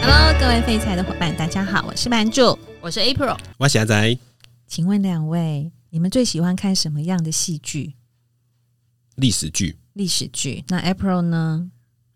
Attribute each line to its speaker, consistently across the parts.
Speaker 1: Hello，各位废材的伙伴，大家好，我是版主。
Speaker 2: 我是 April，
Speaker 3: 我是阿仔，
Speaker 1: 请问两位，你们最喜欢看什么样的戏剧、
Speaker 3: 历史剧
Speaker 1: 历史剧？那 April 呢？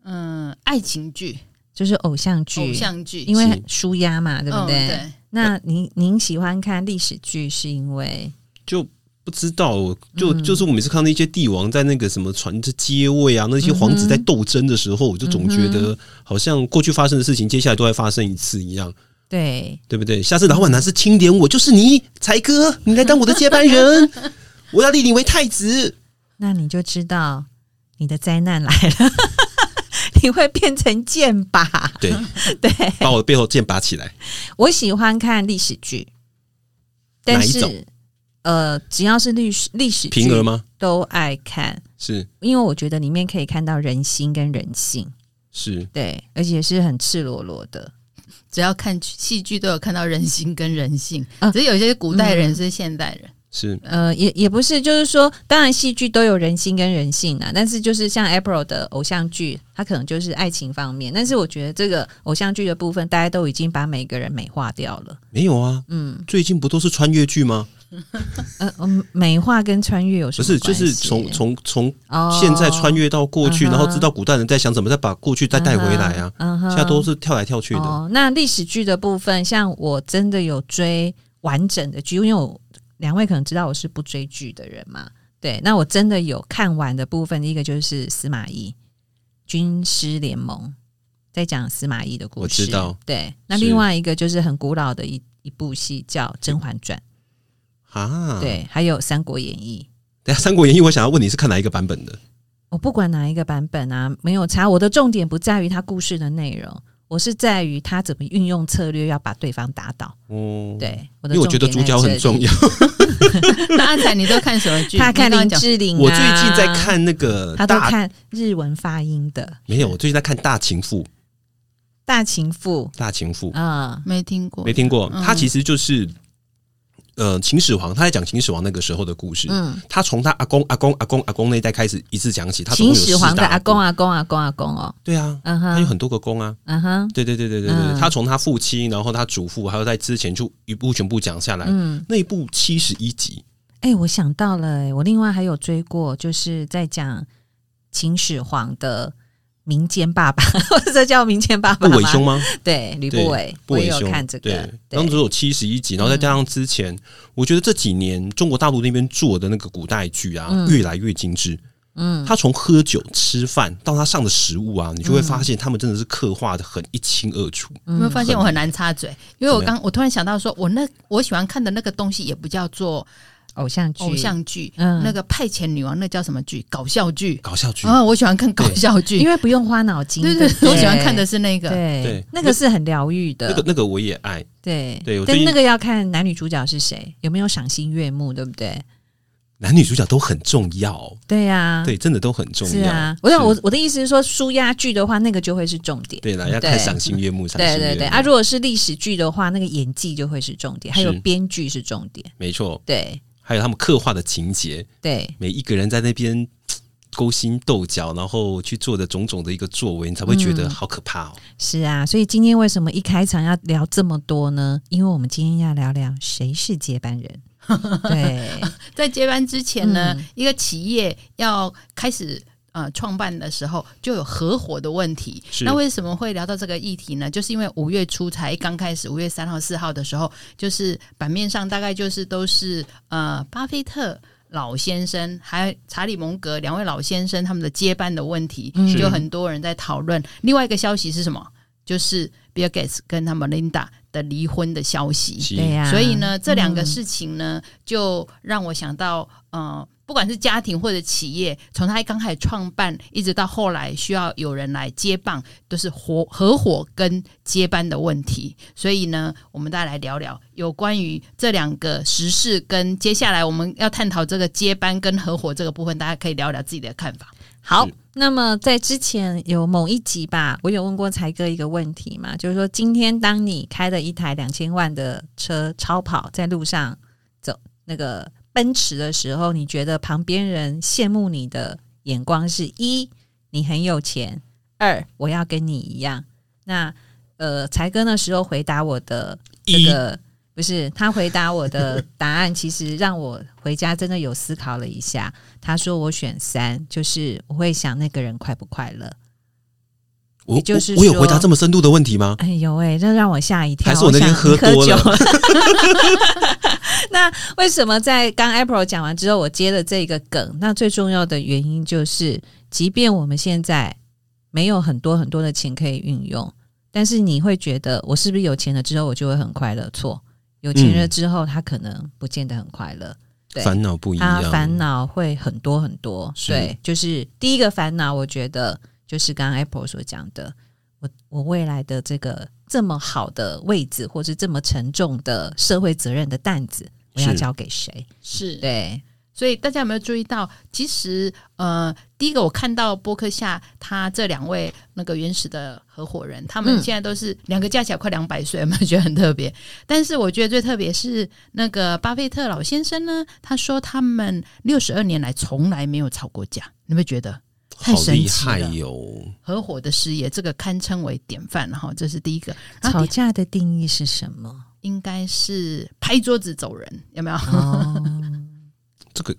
Speaker 2: 嗯，爱情剧、
Speaker 1: 就是偶像剧，
Speaker 2: 偶像剧，
Speaker 1: 因为
Speaker 3: 是
Speaker 1: 舒压嘛，对不对？
Speaker 2: 嗯、对，
Speaker 1: 那您您喜欢看历史剧，是因为
Speaker 3: 就不知道，我就、
Speaker 1: 嗯
Speaker 3: 就是我每次看到那些帝王在那个什么传着接位啊，那些皇子在斗争的时
Speaker 1: 嗯
Speaker 3: 候，我就总觉得好像过去发生的事情，接下来都会发生一次一样，
Speaker 1: 对
Speaker 3: 对不对？下次老板拿是钦点我，就是你才哥，你来当我的接 班人，我要立你为太子。
Speaker 1: 那你就知道你的灾难来了， 你会变成箭靶。
Speaker 3: 对，
Speaker 1: 对
Speaker 3: 把我的背后剑拔起来。
Speaker 1: 我喜欢看历史剧，但
Speaker 3: 哪一种
Speaker 1: 是呃，只要是历史历史剧
Speaker 3: 平 儿吗？
Speaker 1: 都爱看，
Speaker 3: 是
Speaker 1: 因为我觉得里面可以看到人心跟人性，
Speaker 3: 是，
Speaker 1: 对，而且是很赤裸裸的。
Speaker 2: 只要看戏剧都有看到人心跟人性，
Speaker 1: 啊
Speaker 2: 只是有些古代人是现代人，
Speaker 3: 是
Speaker 1: 呃，也也不是，就是说，当然戏剧都有人性跟人性啊，但是就是像 April 的偶像剧，它可能就是爱情方面，但是我觉得这个偶像剧的部分，大家都已经把每个人美化掉了。
Speaker 3: 没有啊。
Speaker 1: 嗯，
Speaker 3: 最近不都是穿越剧吗？
Speaker 1: 呃，嗯美化跟穿越有什
Speaker 3: 不
Speaker 1: 么
Speaker 3: 是，
Speaker 1: 关系？
Speaker 3: 就是从从从
Speaker 1: 哦
Speaker 3: 现在穿越到过去，
Speaker 1: 嗯哼
Speaker 3: 然后知道古代人在想什么，再把过去再带回来啊。
Speaker 1: 嗯哼，
Speaker 3: 现在都是跳来跳去的，
Speaker 1: 哦，那历史剧的部分，像我真的有追完整的剧，因为我两位可能知道我是不追剧的人嘛。对，那我真的有看完的部分，一个就是司马懿军师联盟，在讲司马懿的故
Speaker 3: 我
Speaker 1: 事。
Speaker 3: 知道。
Speaker 1: 对，那
Speaker 3: 是
Speaker 1: 另外一个就是很古老的一一部戏叫《甄嬛传》，
Speaker 3: 啊。，
Speaker 1: 对，还有《三国演义》。
Speaker 3: 等一下《三国演义》，我想要问你是看哪一个版本的？
Speaker 1: 我不管哪一个版本啊，没有差。我的重点不在于它故事的内容，我是在于它怎么运用策略要把对方打倒。
Speaker 3: 哦，，
Speaker 1: 对，我的
Speaker 3: 因为我觉得主
Speaker 1: 重点在
Speaker 3: 角很
Speaker 1: 这里
Speaker 3: 重要。
Speaker 2: 那阿仔你都看什么剧？
Speaker 1: 他看
Speaker 2: 你刚
Speaker 1: 林
Speaker 2: 刚讲
Speaker 1: 志玲、啊，
Speaker 3: 我最近在，看那个
Speaker 1: 嗯他都
Speaker 3: 大，
Speaker 1: 看日文发音的《
Speaker 3: 没有，我最近在看《大情妇》，《
Speaker 1: 大情妇
Speaker 3: 大情妇》》
Speaker 1: 啊、
Speaker 2: 没听过
Speaker 3: 没，听过，
Speaker 2: 嗯
Speaker 3: 它其实就是呃秦始皇，他在讲秦始皇那个时候的故事。
Speaker 1: 嗯，
Speaker 3: 他从他阿公、阿公、阿公、阿公那一代开始，一直讲起。他总
Speaker 1: 秦
Speaker 3: 共有
Speaker 1: 始皇
Speaker 3: 四
Speaker 1: 的
Speaker 3: 大
Speaker 1: 阿公，阿公阿公阿公哦，
Speaker 3: 对啊，
Speaker 1: 嗯
Speaker 3: 他有
Speaker 1: 哼，
Speaker 3: 很多个公啊。
Speaker 1: 嗯哼，
Speaker 3: 对对对对对对，
Speaker 1: 嗯
Speaker 3: 他从他父亲，然后他祖父，还有在之前就一部全部讲下来。
Speaker 1: 嗯，
Speaker 3: 那一部七十一集，
Speaker 1: 哎、我想到了、哎我另外还有追过，就是在讲秦始皇的。民间爸 爸，或者叫民间爸
Speaker 3: 不
Speaker 1: 爸
Speaker 3: 伟
Speaker 1: 吗
Speaker 3: 兄吗？
Speaker 1: 对，吕
Speaker 3: 对
Speaker 1: 不韦，
Speaker 3: 不
Speaker 1: 我也
Speaker 3: 伟
Speaker 1: 有
Speaker 3: 兄
Speaker 1: 看这个嗯
Speaker 3: 对，，当时有七十一集，然后再加上之前，我觉得这几年中国大陆那边做的那个古代剧啊，
Speaker 1: 嗯
Speaker 3: 越来越精致。
Speaker 1: 嗯，
Speaker 3: 他从喝酒、吃饭到他上的食物啊，你就会发现他们真的是刻画的很一清二楚。
Speaker 2: 有没有
Speaker 1: 嗯
Speaker 2: 发现我很难插嘴？因为我
Speaker 3: 怎么样
Speaker 2: 刚我突然想到说，我那我喜欢看的那个东西也不叫做
Speaker 1: 偶像剧，
Speaker 2: 偶像剧，
Speaker 1: 嗯
Speaker 2: 那个派遣女王那叫什么剧？搞笑剧
Speaker 3: 搞笑剧，
Speaker 2: 啊，我喜欢看搞笑剧，
Speaker 1: 因
Speaker 2: 为
Speaker 1: 为不用花脑筋，
Speaker 2: 对
Speaker 1: 对
Speaker 2: 对
Speaker 1: 不对，
Speaker 2: 对，我喜欢看的是那个，
Speaker 1: 对，
Speaker 3: 对
Speaker 1: 那个是很疗愈的。
Speaker 3: 那个那个我也爱。
Speaker 1: 对
Speaker 3: 对我最
Speaker 1: 但
Speaker 3: 近
Speaker 1: 那个要看男女主角是谁，有没有赏心悦目，对不对？
Speaker 3: 男女主角都很重要，
Speaker 1: 对呀、
Speaker 3: 对，真的都很
Speaker 1: 嗯
Speaker 3: 重
Speaker 1: 是
Speaker 3: 要。
Speaker 1: 啊。我想我
Speaker 3: 是
Speaker 1: 我的意思是说，舒压剧的话，那个就会是重点。
Speaker 3: 对啦，要看
Speaker 1: 对
Speaker 3: 赏心悦目，赏心悦
Speaker 1: 对
Speaker 3: 目。
Speaker 1: 对对啊，如果是历史剧的话，那个演技就会是重点，还有
Speaker 3: 是
Speaker 1: 编剧是重点。
Speaker 3: 没错，
Speaker 1: 对
Speaker 3: 还有他们刻画的情节，
Speaker 1: 对，
Speaker 3: 每一个人在那边嘖勾心斗角，然后去做的种种的一个作为，你才会觉得
Speaker 1: 嗯
Speaker 3: 好可怕哦。
Speaker 1: 是啊。所以今天为什么一开场要聊这么多呢？因为我们今天要聊聊谁是接班 人。对，
Speaker 2: 在接班之前呢，
Speaker 1: 嗯
Speaker 2: 一个企业要开始呃创办的时候，就有合伙的问题。
Speaker 3: 是
Speaker 2: 那为什么会聊到这个议题呢？就是因为五月初才刚开始，五月三号、四号的时候，就是版面上大概就是都是呃巴菲特。老先生还有查理蒙格两位老先生他们的接班的问题，
Speaker 1: 嗯
Speaker 2: 就很多人在讨论。另外一个消息是什么？就是 Bill Gates 跟他们 Linda 的离婚的消息。
Speaker 3: 是
Speaker 1: 对呀、
Speaker 2: 所以呢，这两个
Speaker 1: 嗯
Speaker 2: 事情呢，就让我想到，呃，不管是家庭或者企业，从他刚开始创办，一直到后来需要有人来接棒，都是合合伙跟接班的问题。所以呢，我们大家来聊聊有关于这两个时事跟接下来我们要探讨这个接班跟合伙这个部分，大家可以聊聊自己的看法。
Speaker 1: 好
Speaker 3: 是，
Speaker 1: 那么在之前有某一集吧，我有问过才哥一个问题嘛，就是说今天当你开了一台两千万的车超跑在路上走那个奔驰的时候，你觉得旁边人羡慕你的眼光是一，你很有钱；二，我要跟你一样。那呃，才哥那时候回答我的这
Speaker 3: 一
Speaker 1: 个不是他回答我的答案，其实让我回家真的有思考了一下。他说我选三，就是我会想那个人快不快乐。
Speaker 3: 我
Speaker 1: 也就是
Speaker 3: 我我有
Speaker 1: 说
Speaker 3: 回答这么深度的问题吗？
Speaker 1: 哎呦喂，这让我吓一跳。
Speaker 3: 还是我那天
Speaker 1: 想
Speaker 3: 喝
Speaker 1: 你喝
Speaker 3: 多
Speaker 1: 酒
Speaker 3: 了
Speaker 1: 了？ 那为什么在刚 April 讲完之后，我接了这个梗？那最重要的原因就是，即便我们现在没有很多很多的钱可以运用，但是你会觉得我是不是有钱了之后我就会很快乐？错，有钱
Speaker 3: 嗯
Speaker 1: 了之后他可能不见得很快乐。对
Speaker 3: 烦恼不一
Speaker 1: 他
Speaker 3: 样，
Speaker 1: 烦恼会很多很多。
Speaker 3: 是
Speaker 1: 对，就是第一个烦恼，我觉得就是刚刚 Apple 所讲的，我我未来的这个这么好的位置，或是这么沉重的社会责任的担子，我要
Speaker 3: 是
Speaker 1: 交给谁？
Speaker 2: 是
Speaker 1: 对，
Speaker 2: 所以大家有没有注意到？其实，呃，第一个我看到播客下他这两位那个原始的合伙人，他们
Speaker 1: 嗯
Speaker 2: 现在都是两个加起来快两百岁，有没有觉得很特别？但是我觉得最特别是那个巴菲特老先生呢，他说他们六十二年来从来没有吵过架，你有没有觉得太
Speaker 3: 好
Speaker 2: 神
Speaker 3: 厉
Speaker 2: 奇
Speaker 3: 害
Speaker 2: 了？
Speaker 3: 哟、
Speaker 2: 合伙的事业，这个堪称为典范哈，这是第一个。然后
Speaker 1: 吵
Speaker 2: 第
Speaker 1: 架的定义是什么？
Speaker 2: 应该是拍桌子走人，有没有？
Speaker 1: 哦，
Speaker 3: 这个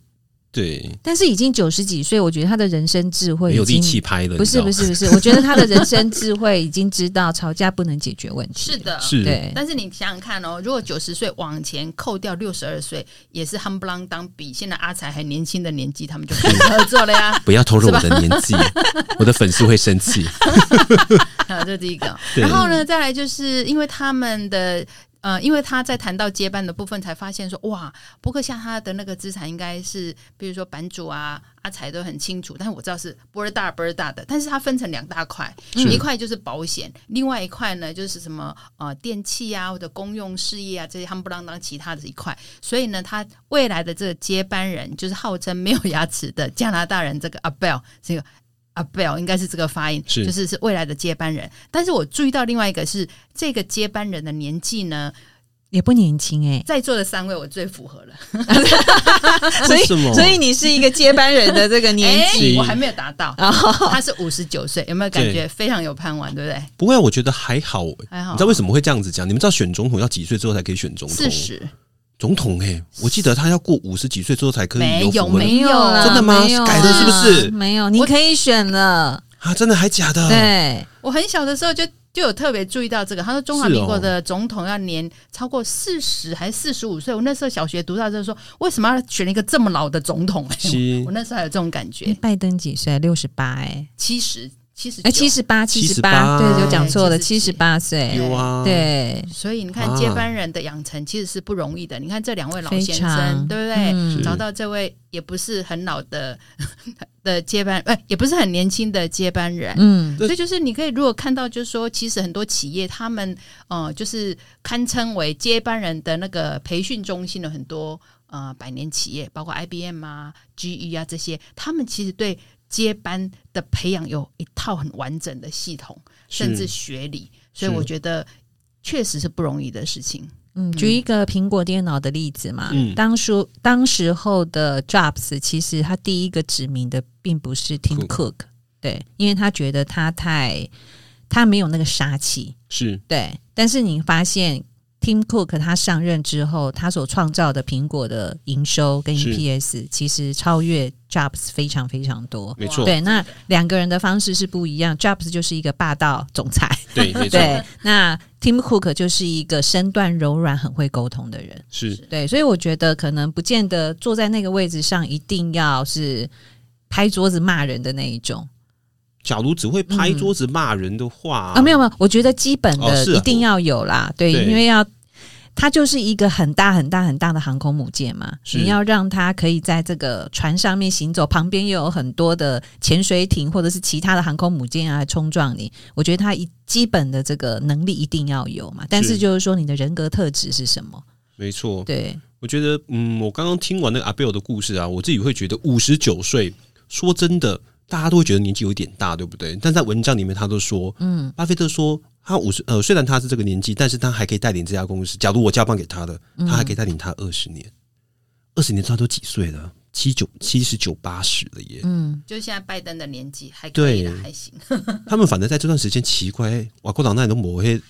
Speaker 3: 对，
Speaker 1: 但是已经九十几岁，我觉得他的人生智慧
Speaker 3: 没有
Speaker 1: 已
Speaker 3: 力
Speaker 1: 经
Speaker 3: 气拍了，
Speaker 1: 不是不
Speaker 3: 你知
Speaker 1: 是不是，我觉得他的人生智慧已经知道吵架不能解决问题。
Speaker 2: 是，的，
Speaker 3: 道吗， 是。
Speaker 1: 对，
Speaker 2: 但是你想想看哦，如果九十岁往前扣掉六十二岁，也是夯不啷当比现在阿才还年轻的年纪，他们就开始合作了呀
Speaker 3: 不要透露我的年纪，我的粉丝会生气。
Speaker 2: 啊，这第一个。
Speaker 3: 对
Speaker 2: 然后呢，再来就是因为他们的。呃，因为他在谈到接班的部分，才发现说，哇，伯克夏他的那个资产应该是，比如说版主啊、阿才都很清楚，但是我知道是波尔大波尔大的，但是它分成两大块，
Speaker 3: 是
Speaker 2: 一块就是保险，另外一块呢就是什么呃电器啊或者公用事业啊这些夯不啷当其他的一块，所以呢，他未来的这个接班人就是号称没有牙齿的加拿大人这个阿贝尔，这个阿贝尔应该是这个发音，
Speaker 3: 是
Speaker 2: 就是是未来的接班人。但是我注意到另外一个是这个接班人的年纪呢，
Speaker 1: 也不年轻哎、
Speaker 2: 在座的三位我最符合了，
Speaker 1: 所以
Speaker 3: 为什么
Speaker 1: 所以你是一个接班人的这个年纪。
Speaker 2: 哎诶我还没有达到，
Speaker 1: 然后
Speaker 2: 他是五十九岁，有没有感觉
Speaker 3: 哦对
Speaker 2: 非常有盼望，对不对？
Speaker 3: 不会啊，我觉得还好、欸。
Speaker 2: 还好，
Speaker 3: 你知道为什么会这样子讲？你们知道选总统要几岁之后才可以选总统？
Speaker 2: 四十
Speaker 3: 总统哎、我记得他要过五十几岁之后才可以
Speaker 2: 没有
Speaker 3: 符合的
Speaker 2: 没有啦
Speaker 3: 真的吗
Speaker 1: 哎没有啊
Speaker 3: 改了是不是
Speaker 1: 没有，你可以选了。
Speaker 3: 啊，真的还假的？
Speaker 1: 对，
Speaker 2: 我很小的时候就就有特别注意到这个，他说中华
Speaker 3: 是哦
Speaker 2: 民国的总统要年超过四十还四十五岁。我那时候小学读到就是说，为什么要选一个这么老的 总统、
Speaker 3: 是
Speaker 2: 我那时候还有这种感
Speaker 1: 诶
Speaker 2: 觉，
Speaker 1: 哎拜登几岁？六十八哎，
Speaker 2: 七十七十
Speaker 1: 哎，七十八，七十八，
Speaker 3: 78
Speaker 1: 对，就讲错了，七
Speaker 2: 对
Speaker 1: 十
Speaker 2: 77
Speaker 1: 八岁。
Speaker 3: 有啊，，
Speaker 1: 对，
Speaker 2: 所以你看，
Speaker 3: 啊
Speaker 2: 接班人的养成其实是不容易的。你看这两位老
Speaker 1: 非
Speaker 2: 先
Speaker 1: 常
Speaker 2: 生，对不对？
Speaker 1: 嗯
Speaker 2: 找到这位也不是很老的 的接班，哎、也不是很年轻的接班人。
Speaker 1: 嗯，
Speaker 3: 对
Speaker 2: 所以就是你可以如果看到，就是说，其实很多企业他们呃，就是堪称为接班人的那个培训中心的很多呃百年企业，包括 IBM 啊、GE 啊这些，他们其实对接班的培养有一套很完整的系统，
Speaker 3: 是
Speaker 2: 甚至学理。所以
Speaker 3: 是
Speaker 2: 我觉得确实是不容易的事情。
Speaker 1: 嗯，举一个苹果电脑的例子嘛，
Speaker 3: 嗯
Speaker 1: 当初当时候的 Jobs 其实他第一个指名的并不是 Tim Cook，对，因为他觉得他太他没有那个杀气，
Speaker 3: 是
Speaker 1: 对，但是你发现 Tim Cook 他上任之后，他所创造的苹果的营收跟
Speaker 3: 是
Speaker 1: EPS 其实超越 Jobs 非常非常多。
Speaker 3: 没错，
Speaker 1: 对，那两个人的方式是不一样。Jobs 就是一个霸道总裁，
Speaker 3: 对，没 错，
Speaker 1: 对，那 Tim Cook 就是一个身段柔软、很会沟通的人。
Speaker 3: 是
Speaker 1: 对，所以我觉得可能不见得坐在那个位置上一定要是拍桌子骂人的那一种
Speaker 3: 假如只会拍桌子骂人的话、
Speaker 1: 啊，没有没有，我觉得基本
Speaker 3: 哦
Speaker 1: 的
Speaker 3: 是啊
Speaker 1: 一定要有啦，对，
Speaker 3: 对
Speaker 1: 因为要它就是一个很大很大很大的航空母舰嘛，
Speaker 3: 是
Speaker 1: 你要让它可以在这个船上面行走，旁边又有很多的潜水艇或者是其他的航空母舰啊来冲撞你，我觉得它一基本的这个能力一定要有嘛，但是
Speaker 3: 是哦
Speaker 1: 就是说你的人格特质是什么？
Speaker 3: 没错。
Speaker 1: 对，
Speaker 3: 我觉得，嗯，我刚刚听完那个阿贝尔的故事啊，我自己会觉得五十九岁，说真的，大家都会觉得年纪有一点大，对不对？但在文章里面，他都说，嗯，巴菲特说他五十，呃，虽然他是这个年纪，但是他还可以带领这
Speaker 1: 嗯
Speaker 3: 家公司。假如我交棒给他了，他还可以带领他二十年，二十、年之后他都几岁了？七九七十九八十了耶。
Speaker 1: 嗯，
Speaker 2: 就现在拜登的年纪还可以啦
Speaker 3: 对
Speaker 2: 还行。
Speaker 3: 他们反正在这段时间奇怪，瓦国党那都抹黑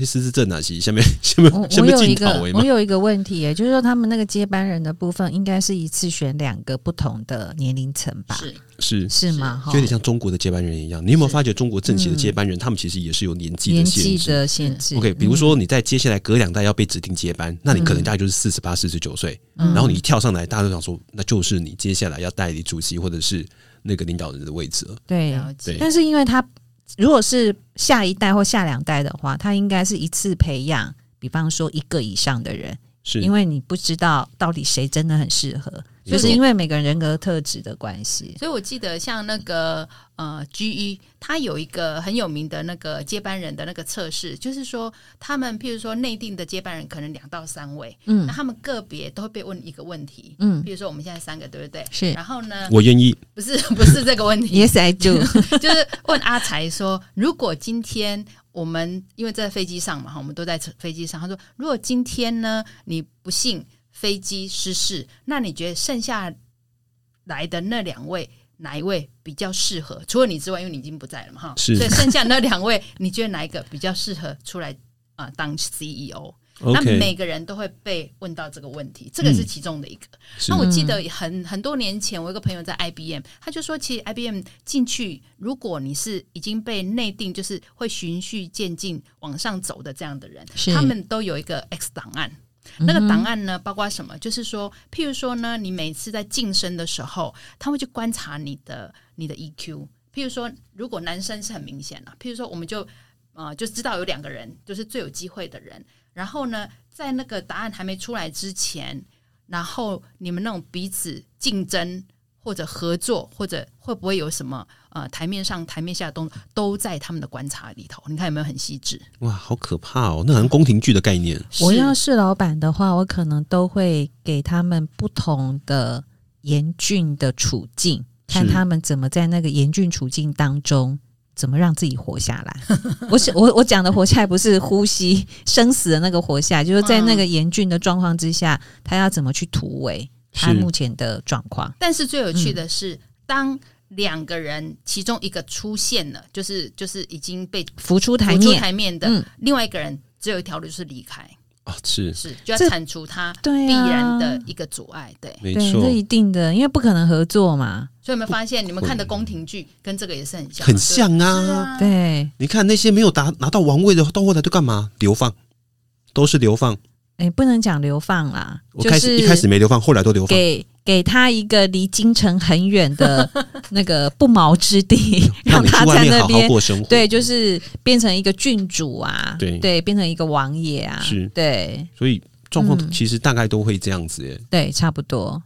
Speaker 3: 黑失智症啊，是下面 下面
Speaker 1: 我
Speaker 3: 下
Speaker 1: 我
Speaker 3: 面
Speaker 1: 有一
Speaker 3: 进
Speaker 1: 个
Speaker 3: 讨为
Speaker 1: 我
Speaker 3: 嘛。
Speaker 1: 有一个问题耶，就是说他们那个接班人的部分，应该是一次选两个不同的年龄层吧？
Speaker 2: 是，
Speaker 3: 是。
Speaker 1: 是吗？哈
Speaker 3: 就有，点像中国的接班人一样，你有没有
Speaker 2: 是
Speaker 3: 发觉中国政协的接班人，他们其实也是有年纪
Speaker 1: 年
Speaker 3: 的限
Speaker 1: 纪
Speaker 3: 制？
Speaker 1: 的嗯限制。
Speaker 3: OK，比如说你在接下来隔两代要被指定接班，那你可能大概就是四十八、四十九岁，
Speaker 1: 嗯，
Speaker 3: 然后
Speaker 1: 你
Speaker 3: 你一跳上来，大家都想说，那就是你接下来要代理主席或者是那个领导人的位置了。
Speaker 1: 对，
Speaker 2: 了解。
Speaker 3: 对
Speaker 1: 但是因为他如果是下一代或下两代的话，他应该是一次培养，比方说一个以上的人，
Speaker 3: 是
Speaker 1: 因为你不知道到底谁真的很适合，
Speaker 3: 没
Speaker 1: 就
Speaker 3: 错
Speaker 1: 是因为每个人人格特质的关系。
Speaker 2: 所以我记得像那个呃 GE，它有一个很有名的那个接班人的那个测试，就是说他们譬如说内定的接班人可能两到三位，
Speaker 1: 嗯
Speaker 2: 那他们个别都会被问一个问题，
Speaker 1: 嗯
Speaker 2: 譬如说我们现在三个对不对？
Speaker 1: 是
Speaker 2: 然后呢，
Speaker 3: 我愿意，
Speaker 2: 不是 不是这个问题，
Speaker 1: ，Yes I do。
Speaker 2: 就是问阿才说，如果今天我们因为在飞机上嘛，哈，我们都在飞机上。他说，如果今天呢，你不幸飞机失事，那你觉得剩下来的那两位？哪一位比较适合？除了你之外，因为你已经不在了嘛，哈，
Speaker 3: 是
Speaker 2: 所以剩下那两位，你觉得哪一个比较适合出来啊、呃当 CEO？那
Speaker 3: OK，
Speaker 2: 每个人都会被问到这个问题，这个是其中的一个。
Speaker 3: 是
Speaker 2: 那我记得很很多年前，我有一个朋友在 IBM，他就说，其实 IBM 进去，如果你是已经被内定，就是会循序渐进往上走的这样的人，
Speaker 1: 是
Speaker 2: 他们都有一个 X 档案。那个档案呢，包括什么？就是说，譬如说呢，你每次在晋升的时候，他会去观察你的你的 EQ。譬如说，如果男生是很明显了、譬如说，我们就呃就知道有两个人就是最有机会的人。然后呢，在那个答案还没出来之前，然后你们那种彼此竞争或者合作，或者会不会有什么呃台面上台面下的东西，都在他们的观察里头。你看有没有很细致？
Speaker 3: 哇，好可怕哦！那好像宫廷剧的概念，
Speaker 1: 我
Speaker 2: 是
Speaker 1: 要是老板的话，我可能都会给他们不同的严峻的处境，看
Speaker 3: 是
Speaker 1: 他们怎么在那个严峻处境当中。怎么让自己活下来？ 我是我我讲的活下来不是呼吸生死的那个活下来，就是在那
Speaker 3: 嗯
Speaker 1: 个严峻的状况之下，他要怎么去突围他
Speaker 3: 是
Speaker 1: 目前的状况？
Speaker 2: 但是最有趣
Speaker 1: 嗯
Speaker 2: 的是，当两个人其中一个出现了，就是就是已经被
Speaker 1: 浮出台
Speaker 2: 浮出
Speaker 1: 面，
Speaker 2: 台面的，
Speaker 1: 嗯
Speaker 2: 另外一个人只有一条路就是离开，
Speaker 3: 啊，是
Speaker 2: 是就要
Speaker 1: 这
Speaker 2: 铲除他
Speaker 1: 对、
Speaker 2: 必
Speaker 1: 啊、
Speaker 2: 然的一个阻碍。对，
Speaker 3: 没
Speaker 1: 对，
Speaker 3: 错
Speaker 1: 这，一定的，因为不可能合作嘛。
Speaker 2: 所以有没有发现你们看的宫廷剧跟这个也是很像，
Speaker 3: 很
Speaker 2: 对
Speaker 3: 像
Speaker 2: 是
Speaker 3: 啊。
Speaker 2: 啊，
Speaker 1: 对，
Speaker 3: 你看那些没有达拿到王位的，到后来都干嘛？流放，都是流放。
Speaker 1: 哎，不能讲流放啦，
Speaker 3: 我
Speaker 1: 就
Speaker 3: 开
Speaker 1: 是
Speaker 3: 始一开始没流放，后来都流放。
Speaker 1: 给给他一个离京城很远 的那个不毛之地，让
Speaker 3: 让你去
Speaker 1: 他
Speaker 3: 外
Speaker 1: 在
Speaker 3: 面
Speaker 1: 那
Speaker 3: 好好
Speaker 1: 边。
Speaker 3: 过生活。
Speaker 1: 对，就是变成一个郡主啊，
Speaker 3: 对
Speaker 1: 变成一个王爷啊，
Speaker 3: 是
Speaker 1: 对
Speaker 3: 所以状况
Speaker 1: 嗯
Speaker 3: 其实大概都会这样子耶。
Speaker 1: 对，差不多。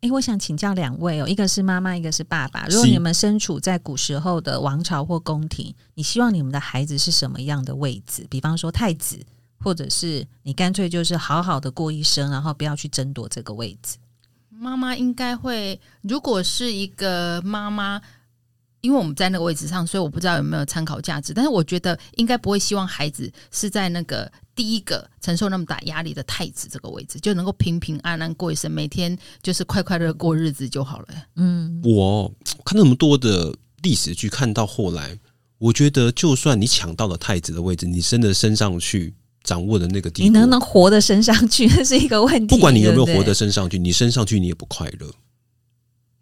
Speaker 1: 诶，我想请教两位哦，一个是妈妈，一个是爸爸。如果
Speaker 3: 是
Speaker 1: 你们身处在古时候的王朝或宫廷，你希望你们的孩子是什么样的位置？比方说太子，或者是你干脆就是好好的过一生，然后不要去争夺这个位置。
Speaker 2: 妈妈应该会，如果是一个妈妈，因为我们在那个位置上，所以我不知道有没有参考价值。但是我觉得应该不会希望孩子是在那个第一个承受那么大压力的太子这个位置，就能够平平安安过一生，每天就是快快乐乐过日子就好了。
Speaker 1: 嗯，
Speaker 3: 我看那么多的历史剧，看到后来，我觉得就算你抢到了太子的位置，你真的升上去掌握的那个地位，
Speaker 1: 你能不能活得升上去， 那是一个问题。
Speaker 3: 不管你有没有活
Speaker 1: 对
Speaker 3: 得
Speaker 1: 不对，
Speaker 3: 升上去，你升上去你也不快乐。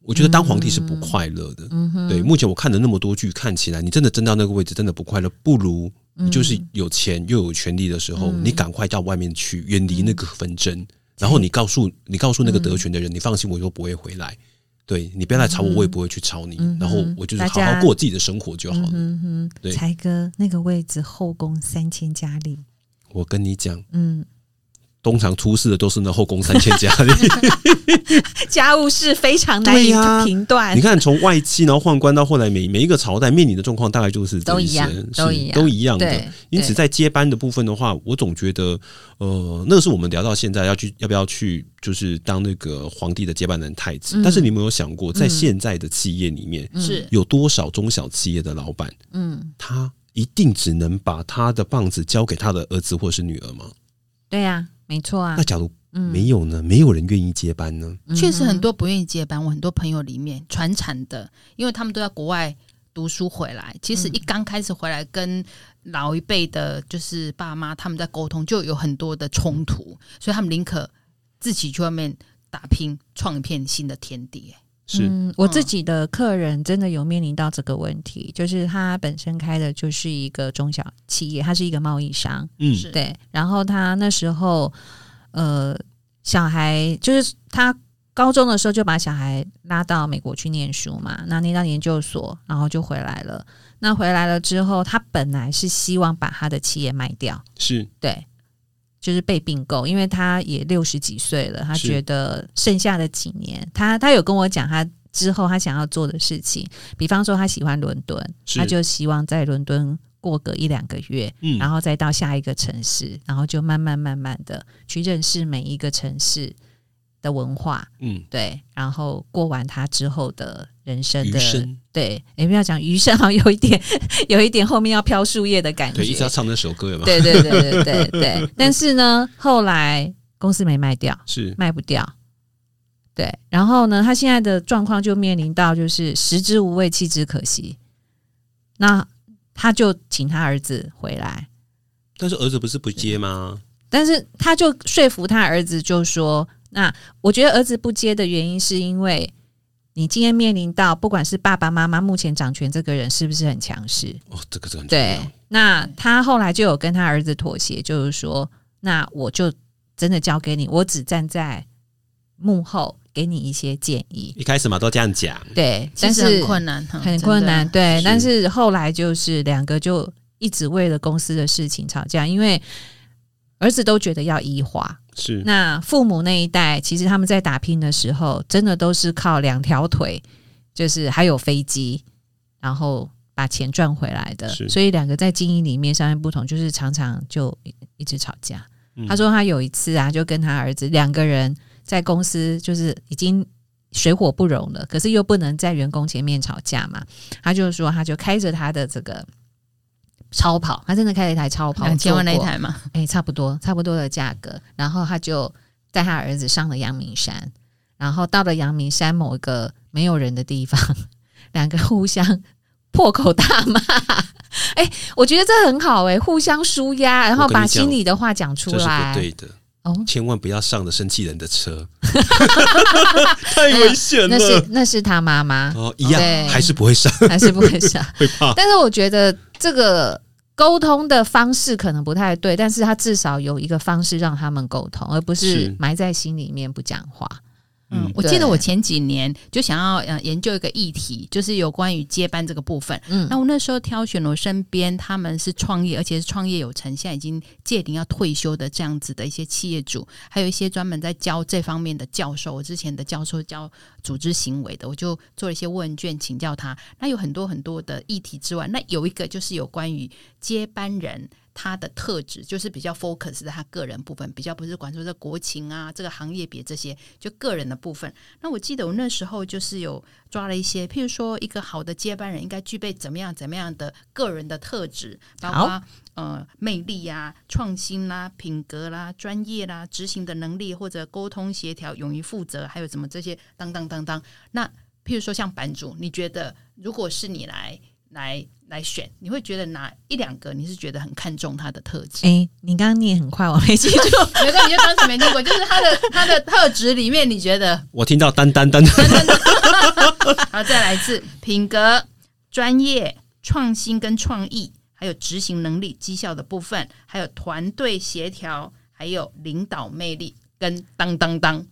Speaker 3: 我觉得当皇帝是不
Speaker 1: 嗯
Speaker 3: 快乐的。
Speaker 1: 嗯哼
Speaker 3: 对，目前我看的那么多剧，看起来你真的争到那个位置，真的不快乐，不如你就是有钱又有权利的时候，
Speaker 1: 嗯
Speaker 3: 你赶快到外面去，远离那个纷争，然后你告诉你告诉那个
Speaker 1: 嗯
Speaker 3: 得权的人，你放心，我又不会回来。对你不要来吵我，我也不会去吵你。
Speaker 1: 嗯哼
Speaker 3: 然后我就是
Speaker 1: 大
Speaker 3: 好
Speaker 1: 家
Speaker 3: 好过自己的生活就好
Speaker 1: 嗯
Speaker 3: 了。
Speaker 1: 哼哼
Speaker 3: 对
Speaker 1: 才哥那个位置后宫三千佳丽，
Speaker 3: 我跟你讲，
Speaker 1: 嗯，
Speaker 3: 通常出事的都是那后宫三千佳丽。
Speaker 1: 家务事非常难以
Speaker 3: 对呀
Speaker 1: 评断。
Speaker 3: 你看，从外戚然后宦官到后来每每一个朝代面临的状况，大概就是这
Speaker 1: 都一
Speaker 3: 些
Speaker 1: 样
Speaker 3: 是
Speaker 1: 都一样
Speaker 3: 都一样的。
Speaker 1: 对，
Speaker 3: 因此，在接班的部分的话，我总觉得，呃，那个是我们聊到现在要去要不要去，就是当那个皇帝的接班人太子。
Speaker 1: 嗯
Speaker 3: 但是你有没有想过，在现在的企业里面，
Speaker 1: 嗯
Speaker 2: 是
Speaker 3: 有多少中小企业的老板，
Speaker 1: 嗯，
Speaker 3: 他一定只能把他的棒子交给他的儿子或是女儿吗？
Speaker 1: 对呀，没错啊
Speaker 3: 那，假如
Speaker 1: 嗯，
Speaker 3: 没有呢？没有人愿意接班呢？
Speaker 1: 嗯
Speaker 2: 确实
Speaker 1: 哼
Speaker 2: 很多不愿意接班，我很多朋友里面传产的，因为他们都在国外读书回来，其实一
Speaker 1: 嗯
Speaker 2: 刚开始回来跟老一辈的，就是爸妈他们在沟通，就有很多的冲突，所以他们宁可自己去外面打拼，创一片新的天地。哎
Speaker 3: 是、
Speaker 1: 嗯，我自
Speaker 2: 嗯
Speaker 1: 己的客人真的有面临到这个问题，就是他本身开的就是一个中小企业，他是一个贸易商，
Speaker 3: 嗯，
Speaker 2: 是
Speaker 1: 对，然后他那时候呃，小孩就是他。高中的时候就把小孩拉到美国去念书嘛，那念到研究所，然后就回来了。那回来了之后，他本来是希望把他的企业卖掉，
Speaker 3: 是
Speaker 1: 对，就是被并购，因为他也六十几岁了，他
Speaker 3: 是
Speaker 1: 觉得剩下的几年，他他有跟我讲他之后他想要做的事情，比方说他喜欢伦敦，
Speaker 3: 是
Speaker 1: 他就希望在伦敦过个一两个月，
Speaker 3: 嗯，
Speaker 1: 然后再到下一个城市，然后就慢慢慢慢的去认识每一个城市的文化，
Speaker 3: 嗯，
Speaker 1: 对，然后过完他之后的人生
Speaker 3: 余
Speaker 1: 的
Speaker 3: 生
Speaker 1: 对，也不要讲余生，好像有一点 有一点后面要飘树叶的感觉，
Speaker 3: 对，一直要唱那首歌有没有？
Speaker 1: 对对对对对 对。但是呢，后来公司没卖掉，
Speaker 3: 是
Speaker 1: 卖不掉。对，然后呢，他现在的状况就面临到就是食之无味，弃之可惜。那他就请他儿子回来，
Speaker 3: 但是儿子不是不接吗？
Speaker 1: 但是他就说服他儿子，就说：“那我觉得儿子不接的原因，是因为你今天面临到，不管是爸爸妈妈目前掌权这个人是不是很强势，
Speaker 3: 哦，这个这个很重
Speaker 1: 对
Speaker 3: 要，
Speaker 1: 那他后来就有跟他儿子妥协，就是说，那我就真的交给你，我只站在幕后给你一些建议。
Speaker 3: 一开始嘛都这样讲，
Speaker 1: 对，
Speaker 2: 其
Speaker 1: 但
Speaker 2: 实
Speaker 1: 是
Speaker 2: 很困难，
Speaker 1: 很困难，
Speaker 2: 真的。
Speaker 1: 对。
Speaker 3: 是
Speaker 1: 但是后来就是两个就一直为了公司的事情吵架，因为儿子都觉得要移花，
Speaker 3: 是
Speaker 1: 那父母那一代，其实他们在打拼的时候，真的都是靠两条腿，就是还有飞机，然后把钱赚回来的。
Speaker 3: 是
Speaker 1: 所以两个在经营里面上面不同，就是常常就一一直吵架。
Speaker 3: 嗯
Speaker 1: 他说他有一次啊，就跟他儿子两个人在公司，就是已经水火不容了，可是又不能在员工前面吵架嘛。他就说，他就开着他的这个超跑，他真的开了一台超跑，
Speaker 2: 两千万那一
Speaker 1: 坐过
Speaker 2: 台嘛，
Speaker 1: 哎、差不多，差不多的价格。然后他就带他儿子上了阳明山，然后到了阳明山某一个没有人的地方，两个互相破口大骂。哎、我觉得这很好哎、互相舒压，然后
Speaker 3: 我跟你
Speaker 1: 把
Speaker 3: 讲
Speaker 1: 心里的话讲出
Speaker 3: 这是不
Speaker 1: 来。
Speaker 3: 对的，
Speaker 1: 哦，
Speaker 3: 千万不要上了生气人的车，太危险
Speaker 1: 那是
Speaker 3: 了。
Speaker 1: 那是他妈 妈，
Speaker 3: 哦，一样
Speaker 1: 对
Speaker 3: 还是不会上，
Speaker 1: 还是不会想。
Speaker 3: 会怕。
Speaker 1: 但是我觉得这个沟通的方式可能不太对，但是他至少有一个方式让他们沟通，而不是
Speaker 3: 是
Speaker 1: 埋在心里面不讲话。
Speaker 2: 嗯
Speaker 3: 嗯，
Speaker 2: 我记
Speaker 1: 对
Speaker 2: 得我前几年就想要呃研究一个议题，就是有关于接班这个部分。
Speaker 1: 嗯
Speaker 2: 那我那时候挑选我身边他们是创业，而且是创业有成，现在已经届龄要退休的这样子的一些企业主，还有一些专门在教这方面的教授。我之前的教授教组织行为的，我就做了一些问卷请教他。那有很多很多的议题之外，那有一个就是有关于接班人。他的特质就是比较 focus 在他个人部分，比较不是管说这国情啊、这个行业别这些，就个人的部分。那我记得我那时候就是有抓了一些，譬如说一个好的接班人应该具备怎么样怎么样的个人的特质，包括呃魅力啊、创新啦、品格啦、专业啦、执行的能力或者沟通协调、勇于负责，还有什么这些当当当当。那譬如说像版主，你觉得如果是你来来来选，你会觉得哪一两个你是觉得很看重他的特质？
Speaker 1: 哎、你刚刚念很快，我没记住。
Speaker 2: 没关系，你就当成没听过。就是他的他的特质里面，你觉得
Speaker 3: 我听到丹丹丹，
Speaker 2: 好，再来一次：品格、专业、创新跟创意，还有执行能力、绩效的部分，还有团队协调，还有领导魅力跟当当当。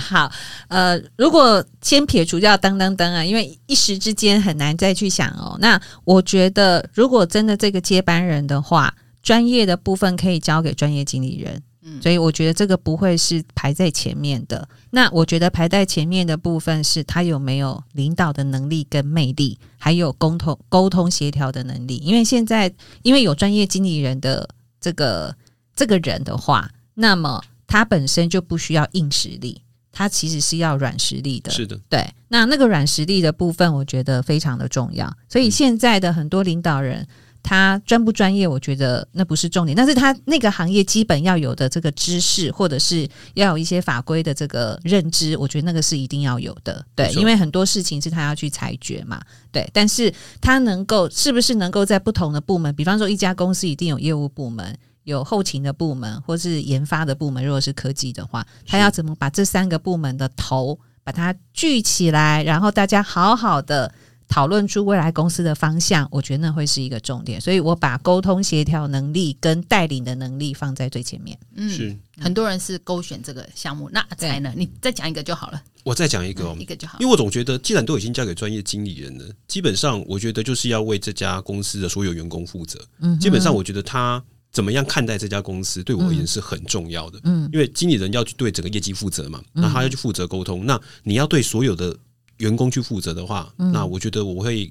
Speaker 1: 好，呃，如果先撇除掉当当当啊，因为一时之间很难再去想哦。那我觉得，如果真的这个接班人的话，专业的部分可以交给专业经理人。
Speaker 2: 嗯
Speaker 1: 所以我觉得这个不会是排在前面的。那我觉得排在前面的部分是他有没有领导的能力跟魅力，还有沟通沟通协调的能力。因为现在因为有专业经理人的这个这个人的话，那么他本身就不需要硬实力，他其实是要软实力的。
Speaker 3: 是的，
Speaker 1: 对，
Speaker 3: 嗯
Speaker 1: 那那个软实力的部分，我觉得非常的重要。所以现在的很多领导人，他专不专业，我觉得那不是重点，但是他那个行业基本要有的这个知识，或者是要有一些法规的这个认知，我觉得那个是一定要有的。对，
Speaker 3: 没错
Speaker 1: 因为很多事情是他要去裁决嘛，对。但是他能够是不是能够在不同的部门，比方说一家公司一定有业务部门。有后勤的部门，或是研发的部门，如果是科技的话，他要怎么把这三个部门的头把它聚起来，然后大家好好的讨论出未来公司的方向，我觉得那会是一个重点。所以我把沟通协调能力跟带领的能力放在最前面。
Speaker 2: 嗯，
Speaker 3: 是
Speaker 2: 很多人是勾选这个项目。那阿才呢？你再讲一个就好了，
Speaker 3: 我再讲一个、哦
Speaker 2: 一，个就好
Speaker 3: 因为。我总觉得，既然都已经交给专业经理人了，基本上我觉得就是要为这家公司的所有员工负责。
Speaker 1: 嗯哼
Speaker 3: 基本上我觉得他怎么样看待这家公司，对我而言是很重要的。
Speaker 1: 嗯
Speaker 3: 因为经理人要去对整个业绩负责嘛，那他要去负责沟通，那你要对所有的员工去负责的话，
Speaker 1: 嗯
Speaker 3: 那我觉得我会。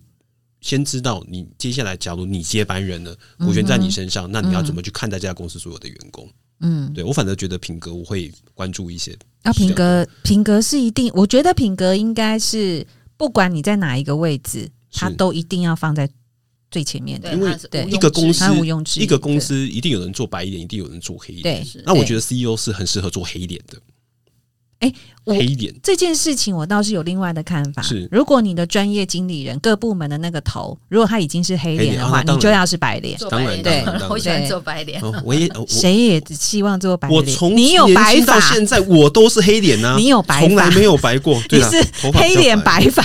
Speaker 3: 先知道你接下来，假如你接班人了，股权在你身上，那你要怎么去看待这家公司所有的员工？
Speaker 1: 嗯，
Speaker 3: 对我反而觉得品格我会关注一些，
Speaker 1: 那品格品格是一定，我觉得品格应该是不管你在哪一个位置，
Speaker 3: 是
Speaker 1: 它都一定要放在最前面的
Speaker 2: 对，
Speaker 3: 因为
Speaker 2: 那是毋庸
Speaker 3: 一个公
Speaker 2: 置
Speaker 3: 司
Speaker 1: 它毋庸置疑。
Speaker 3: 一个公司一定有人做白一点，一定有人做黑一点。
Speaker 1: 对，
Speaker 2: 是
Speaker 1: 对
Speaker 3: 那我觉得 CEO 是很适合做黑脸的。
Speaker 1: 哎我
Speaker 3: 黑脸
Speaker 1: 这件事情我倒是有另外的看法。
Speaker 3: 是
Speaker 1: 如果你的专业经理人各部门的那个头，如果他已经是黑脸
Speaker 3: 黑脸
Speaker 1: 的
Speaker 3: 啊
Speaker 1: 话，
Speaker 3: 那当然
Speaker 1: 你就要是白脸。
Speaker 2: 做白
Speaker 3: 当
Speaker 2: 脸，
Speaker 3: 然
Speaker 1: 当然
Speaker 3: 当 然
Speaker 2: 我喜欢做白脸。
Speaker 3: 哦，我也呃我
Speaker 1: 谁也只希望做白脸。
Speaker 3: 我从
Speaker 1: 你有
Speaker 3: 年
Speaker 1: 白
Speaker 3: 轻
Speaker 1: 发
Speaker 3: 到，现在我都是黑脸啊 呐，
Speaker 1: 你有白发
Speaker 3: 从来没有 白过。对
Speaker 1: 你
Speaker 3: 啦
Speaker 1: 是
Speaker 3: 头发比
Speaker 1: 黑
Speaker 3: 较
Speaker 1: 脸白发。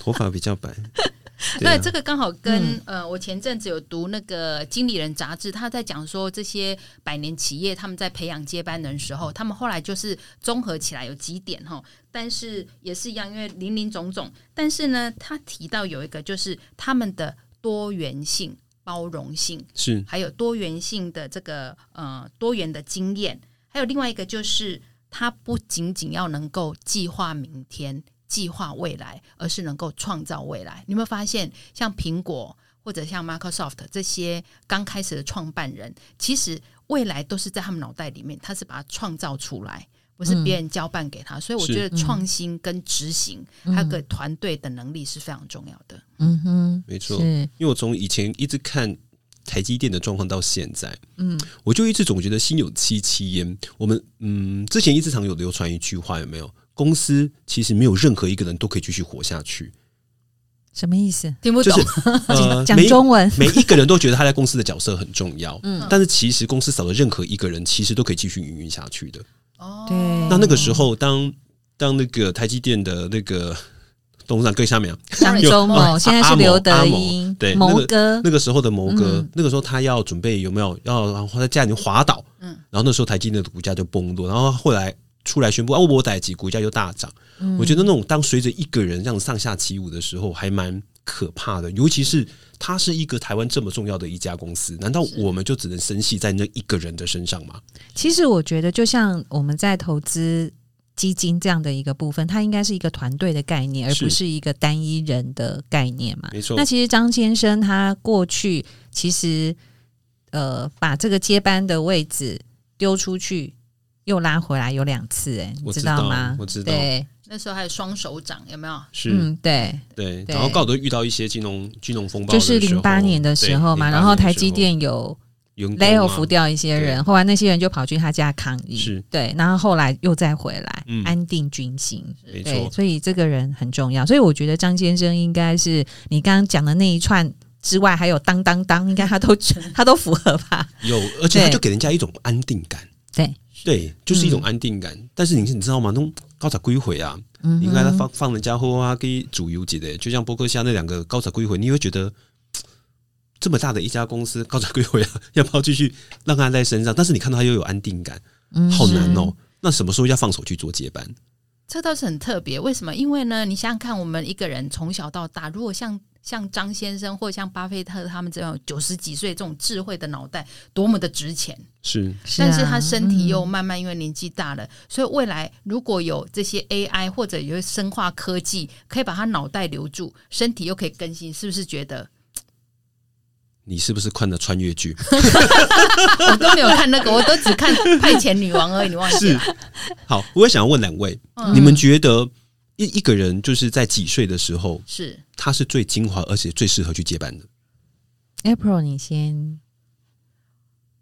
Speaker 3: 头发比较 白。对
Speaker 2: 那
Speaker 3: 啊
Speaker 2: 这个刚好跟、呃，我前阵子有读那个《经理人》杂志，他在讲说这些百年企业他们在培养接班人的时候，他们后来就是综合起来有几点哈，但是也是一样，因为林林总总。但是呢，他提到有一个就是他们的多元性、包容性，
Speaker 3: 是
Speaker 2: 还有多元性的这个呃多元的经验，还有另外一个就是，它不仅仅要能够计划明天、计划未来，而是能够创造未来。你有没有发现，像苹果或者像 Microsoft 这些刚开始的创办人，其实未来都是在他们脑袋里面，他是把它创造出来。不是别人交办给他，所以我
Speaker 3: 嗯是嗯
Speaker 2: 觉得创新跟执行，还有个团队的能力是非常重要的。
Speaker 1: 嗯哼，
Speaker 3: 没错，
Speaker 1: 是
Speaker 3: 因为我从以前一直看台积电的状况到现在，嗯，我就一直总觉得心有戚戚焉。我们嗯，之前一直常有流传一句话，有没有？公司其实没有任何一个人都可以继续活下 去，
Speaker 1: 什么意思？
Speaker 2: 听不
Speaker 3: 就
Speaker 2: 懂，
Speaker 3: 是呃，
Speaker 1: 讲
Speaker 3: 每一
Speaker 1: 中文。
Speaker 3: 每一个人都觉得他在公司的角色很重要，
Speaker 1: 嗯
Speaker 3: 但是其实公司少了任何一个人，其实都可以继续营运下去的。
Speaker 2: 哦
Speaker 1: 对
Speaker 3: 那那个 时候，当当那个台积电的那个董事长跟下面啊，
Speaker 1: 张忠
Speaker 3: 有
Speaker 1: 谋
Speaker 3: 哦
Speaker 1: 现在
Speaker 3: 阿
Speaker 1: 是
Speaker 3: 阿
Speaker 1: 刘
Speaker 3: 谋
Speaker 1: 德
Speaker 3: 阿谋
Speaker 1: 英，
Speaker 3: 对那
Speaker 1: 谋
Speaker 3: 个
Speaker 1: 哥，
Speaker 3: 那个时候的谋哥，
Speaker 1: 嗯
Speaker 3: 那个时候他要准备有没有要然后在家里面滑倒，
Speaker 2: 嗯
Speaker 3: 然后那时候台积电的股价就崩落，然后后来出来宣布啊，我逮几股价又大涨。
Speaker 1: 嗯
Speaker 3: 我觉得那种当随着一个人这样上下起舞的时候，还蛮可怕的，尤其是。他是一个台湾这么重要的一家公司，难道我们就只能生系在那一个人的身上吗？
Speaker 1: 其实我觉得，就像我们在投资基金这样的一个部分，它应该是一个团队的概念，而
Speaker 3: 是
Speaker 1: 不是一个单一人的概念嘛。
Speaker 3: 没错
Speaker 1: 那其实张先生他过去其实呃，把这个接班的位置丢出去。又拉回来有两次、哎，你
Speaker 3: 我知
Speaker 1: 道
Speaker 3: 道
Speaker 1: 吗？
Speaker 3: 我知道
Speaker 1: 对，
Speaker 2: 那时候还有双手掌，有没有？
Speaker 3: 是
Speaker 1: 嗯，对，
Speaker 3: 对，
Speaker 1: 对
Speaker 3: 然后刚好都遇到一些金融金融风暴
Speaker 1: 就
Speaker 3: 的时
Speaker 1: 是
Speaker 3: 候，
Speaker 1: 零八年的时候嘛，
Speaker 3: 对
Speaker 1: 然后
Speaker 3: 08年的时候
Speaker 1: 台积电有
Speaker 3: 员工
Speaker 1: lay
Speaker 3: 啊
Speaker 1: off 掉一些人，后来那些人就跑去他家抗议，
Speaker 3: 是
Speaker 1: 对，然后后来又再回来，
Speaker 3: 嗯
Speaker 1: 安定军心。
Speaker 3: 没
Speaker 1: 对，
Speaker 3: 错，
Speaker 1: 所以这个人很重要，所以我觉得张先生应该是你刚刚讲的那一串之外，还有当当当，应该他都他都符合吧？
Speaker 3: 有，而且他
Speaker 1: 对嗯
Speaker 3: 就给人家一种安定感，
Speaker 1: 对，
Speaker 3: 对，就是一种安定感。但是你你知道吗？那种高产归回啊，
Speaker 1: 嗯哼，
Speaker 3: 你看他放放人家后啊，给主游级的，就像波克夏那两个高产归回，你会觉得。嘖这么大的一家公司，高产归回啊，要不要继续让他在身上？但是你看到他又有安定感，
Speaker 1: 嗯
Speaker 3: 好难
Speaker 1: 是
Speaker 3: 哦。那什么时候要放手去做接班？
Speaker 2: 这倒是很特别。为什么？因为呢，你想想看，我们一个人从小到大，如果像像张先生或像巴菲特他们这种九十几岁这种智慧的脑袋，多么的值钱！
Speaker 3: 是
Speaker 2: 但是
Speaker 1: 啊
Speaker 2: 他身体又
Speaker 1: 嗯
Speaker 2: 慢慢因为年纪大了，所以未来如果有这些 AI 或者有生化科技，可以把他脑袋留住，身体又可以更新，是不是觉得
Speaker 3: 你是不是看了穿越 剧？
Speaker 2: 我都没有看那个，我都只看《派遣女王》而已，你忘记
Speaker 3: 是
Speaker 2: 了？，
Speaker 3: 好，我也想要问两位，
Speaker 2: 嗯
Speaker 3: 你们觉得一一个人就是在几岁的时候，
Speaker 2: 是
Speaker 3: 他是最精华而且最适合去接班的？
Speaker 1: 嗯 April，你先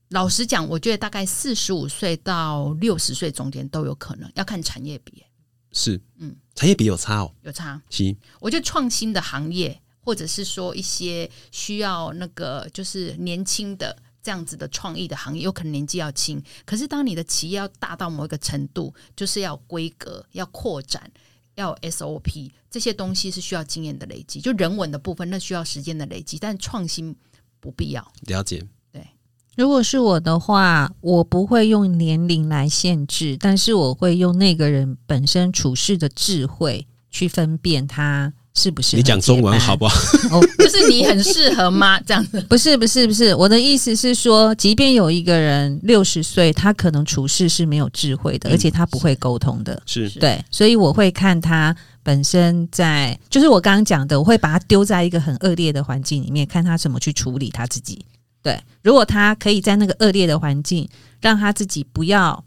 Speaker 2: 老实讲，我觉得大概四十五岁到六十岁中间都有可能，要看产业比
Speaker 3: 是，
Speaker 2: 嗯，
Speaker 3: 产业比有差哦，
Speaker 2: 有差。
Speaker 3: 是，
Speaker 2: 我觉得创新的行业，或者是说一些需要那个就是年轻的这样子的创意的行业，有可能年纪要轻。可是当你的企业要大到某一个程度，就是要规格、要扩展、要 SOP 这些东西是需要经验的累积，就人文的部分那需要时间的累积，但创新不必要。
Speaker 3: 了解，
Speaker 1: 如果是我的话，我不会用年龄来限制，但是我会用那个人本身处事的智慧去分辨他是不是。
Speaker 3: 你讲中文好不好？
Speaker 1: 好？ 哦，
Speaker 2: 就是你很适合吗？这样子
Speaker 1: 不是，不是，不是，我的意思是说，即便有一个人六十岁，他可能处事是没有智慧的，
Speaker 3: 嗯
Speaker 1: 而且他不会沟通的。
Speaker 3: 是
Speaker 2: 是
Speaker 1: 对，所以我会看他本身在，就是我刚刚讲的，我会把他丢在一个很恶劣的环境里面，看他怎么去处理他自己。对，如果他可以在那个恶劣的环境，让他自己不要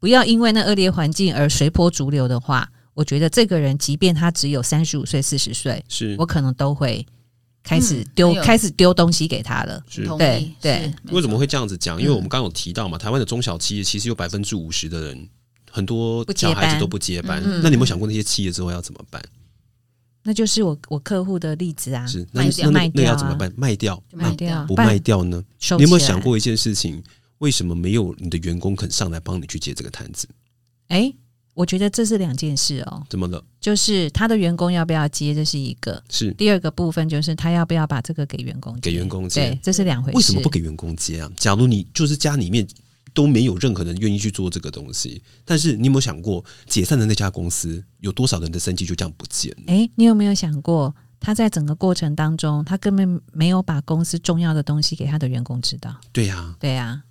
Speaker 1: 不要因为那恶劣环境而随波逐流的话，我觉得这个人即便他只有三十五岁、四十岁，
Speaker 3: 是
Speaker 1: 我可能都会开始
Speaker 2: 嗯
Speaker 1: 丢、
Speaker 2: 很有
Speaker 1: 开始丢东西给他了。
Speaker 3: 是。
Speaker 2: 同
Speaker 1: 对
Speaker 2: 意
Speaker 1: 对，
Speaker 2: 是没
Speaker 3: 为什么
Speaker 2: 错
Speaker 3: 会这样子
Speaker 1: 嗯
Speaker 3: 讲？因为我们刚刚有提到嘛，台湾的中小企业其实有百分之五十的人，很多
Speaker 1: 不接
Speaker 3: 小孩子
Speaker 1: 班
Speaker 3: 都不接班。
Speaker 1: 嗯
Speaker 3: 那你有没有想过那些企业之后要怎么办？
Speaker 1: 那就是我我客户的例子啊，
Speaker 3: 是，那
Speaker 2: 卖掉
Speaker 3: 那那
Speaker 1: 卖
Speaker 3: 那
Speaker 1: 掉
Speaker 3: 要怎么
Speaker 1: 啊
Speaker 3: 办？卖掉？
Speaker 2: 就
Speaker 1: 卖
Speaker 2: 卖
Speaker 1: 掉啊
Speaker 2: 掉
Speaker 3: 不
Speaker 1: 不然
Speaker 3: 卖掉呢？
Speaker 1: 收
Speaker 3: 你有没有
Speaker 1: 起来
Speaker 3: 想？过一件事情？为什么没有你的员工肯上来帮你去接这个摊子？
Speaker 1: 哎、我觉得这是两件事哦，
Speaker 3: 怎么了？
Speaker 1: 就是他的员工要不要接，这是一个；
Speaker 3: 是
Speaker 1: 第二个部分就是他要不要把这个给员工接
Speaker 3: 给员工接
Speaker 1: 对，这是两回事。
Speaker 3: 为什么不？给员工接啊？假如你就是家里面都没有任何人愿意去做这个东西，但是你有没有想过，解散的那家公司有多少人的生计就这样不见了？
Speaker 1: 哎、你有没有想过，他在整个过程当中，他根本没有把公司重要的东西给他的员工知道？
Speaker 3: 对呀、
Speaker 1: 对啊，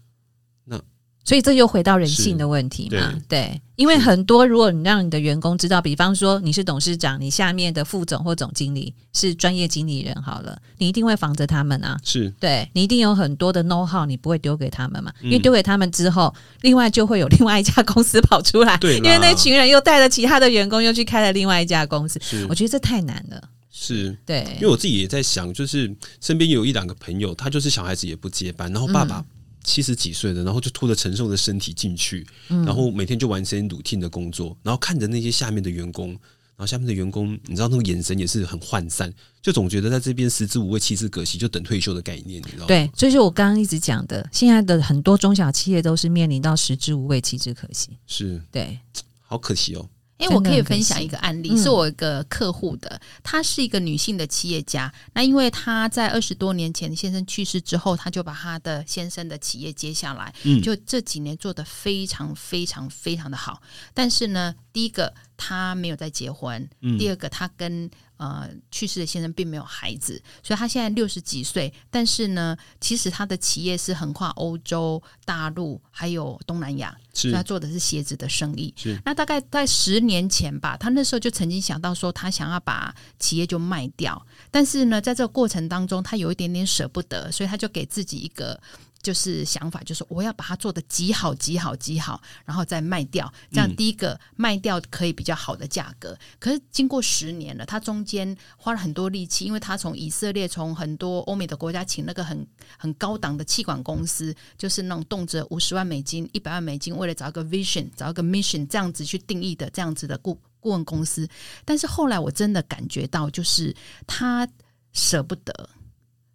Speaker 3: 那
Speaker 1: 所以这又回到人性的问题嘛，对因为很多如果你让你的员工知道，比方说你是董事长，你下面的副总或总经理是专业经理人好了，你一定会防着他们啊。
Speaker 3: 是
Speaker 1: 对你一定有很多的 know how，你不会丢给他们嘛？
Speaker 3: 嗯
Speaker 1: 因为丢给他们之后，另外就会有另外一家公司跑出来，
Speaker 3: 对
Speaker 1: 因
Speaker 3: 啦
Speaker 1: 为那群人又带了其他的员工又去开了另外一家公司，
Speaker 3: 是
Speaker 1: 我觉得这太难了。
Speaker 3: 是，因为
Speaker 1: 对，
Speaker 3: 我自己也在想，就是身边有一两个朋友，他就是小孩子也不接班，然后爸
Speaker 1: 嗯
Speaker 3: 爸七十几岁了，然后就拖着沉重的身体进去，
Speaker 1: 嗯
Speaker 3: 然后每天就完成 routine 的工作，然后看着那些下面的员工，然后下面的员工，你知道那个眼神也是很涣散，就总觉得在这边食之无味，弃之可惜，就等退休的概念，你知道吗？
Speaker 1: 对，所以说我刚刚一直讲的，现在的很多中小企业都是面临到食之无味，弃之可惜。
Speaker 3: 是
Speaker 1: 对，
Speaker 3: 好可惜哦，
Speaker 2: 哎、
Speaker 1: 真的
Speaker 2: 我可以
Speaker 1: 很可
Speaker 2: 分享
Speaker 1: 惜
Speaker 2: 一个案例，
Speaker 1: 嗯
Speaker 2: 是我一个客户的，她是一个女性的企业家。那因为她在二十多年前先生去世之后，她就把她的先生的企业接下来，
Speaker 3: 嗯
Speaker 2: 就这几年做得非常非常非常的好。但是呢，第一个她没有再结婚，
Speaker 3: 嗯
Speaker 2: 第二个她跟呃去世的先生并没有孩子，所以她现在六十几岁，但是呢，其实她的企业是横跨欧洲、大陆还有东南亚，所以
Speaker 1: 啊
Speaker 2: 他
Speaker 3: 是
Speaker 2: 做的是鞋子的生意
Speaker 3: 是。
Speaker 2: 那大概在十年前吧，他那时候就曾经想到说，他想要把企业就卖掉，但是呢，在这个过程当中，他有一点点舍不得，所以他就给自己一个。就是想法，就是我要把它做的极好、极好、极好，然后再卖掉。这样
Speaker 3: 嗯
Speaker 2: 第一个、卖掉可以比较好的价格。可是经过十年了，他中间花了很多力气，因为他从以色列、从很多欧美的国家请那个很很高档的气管公司，就是那种动辄五十万美金、一百万美金，为了找一个 vision、找一个 mission 这样子去定义的这样子的顾顾问公司。但是后来我真的感觉到，就是他舍不得，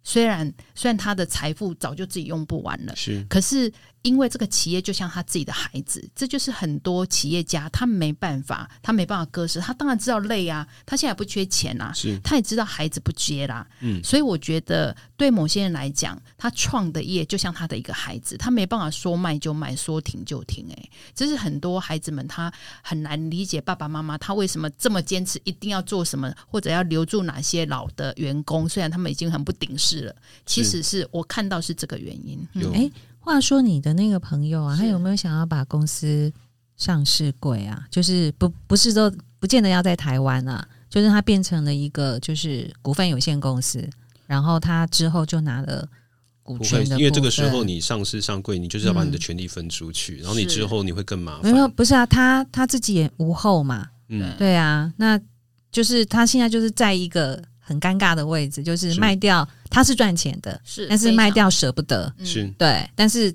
Speaker 2: 虽然虽然他的财富早就自己用不完了。
Speaker 3: 是
Speaker 2: 可是，因为这个企业就像他自己的孩子，这就是很多企业家他没办法，他没办法割舍。他当然知道累啊，他现在也不缺钱啊，
Speaker 3: 是
Speaker 2: 他也知道孩子不接啦，
Speaker 3: 嗯
Speaker 2: 所以我觉得对某些人来讲，他创的业就像他的一个孩子，他没办法说卖就卖，说停就停、欸，这是很多孩子们他很难理解爸爸妈妈他为什么这么坚持一定要做什么，或者要留住哪些老的员工，虽然他们已经很不顶事了，其实是我看到是这个原因，嗯
Speaker 3: 有
Speaker 1: 哎、话说你的那个朋友啊，
Speaker 2: 是
Speaker 1: 他有没有想要把公司上市柜啊？就是不不是说不见得要在台湾啊，就是他变成了一个就是股份有限公司，然后他之后就拿了股
Speaker 3: 不
Speaker 1: 权
Speaker 3: 会，
Speaker 1: 的部分，
Speaker 3: 因为这个时候你上市上柜，你就是要把你的
Speaker 1: 嗯
Speaker 3: 权利分出去，然后你
Speaker 2: 是
Speaker 3: 之后你会更麻
Speaker 1: 没有
Speaker 3: 烦。
Speaker 1: 不是啊，他他自己也无后嘛，
Speaker 3: 嗯，
Speaker 1: 对啊，那就是他现在就是在一个很尴尬的位置，就是
Speaker 3: 是
Speaker 1: 卖掉它是赚钱的，
Speaker 2: 是
Speaker 1: 但是卖掉舍不得，
Speaker 2: 非常嗯
Speaker 3: 是
Speaker 1: 对，但是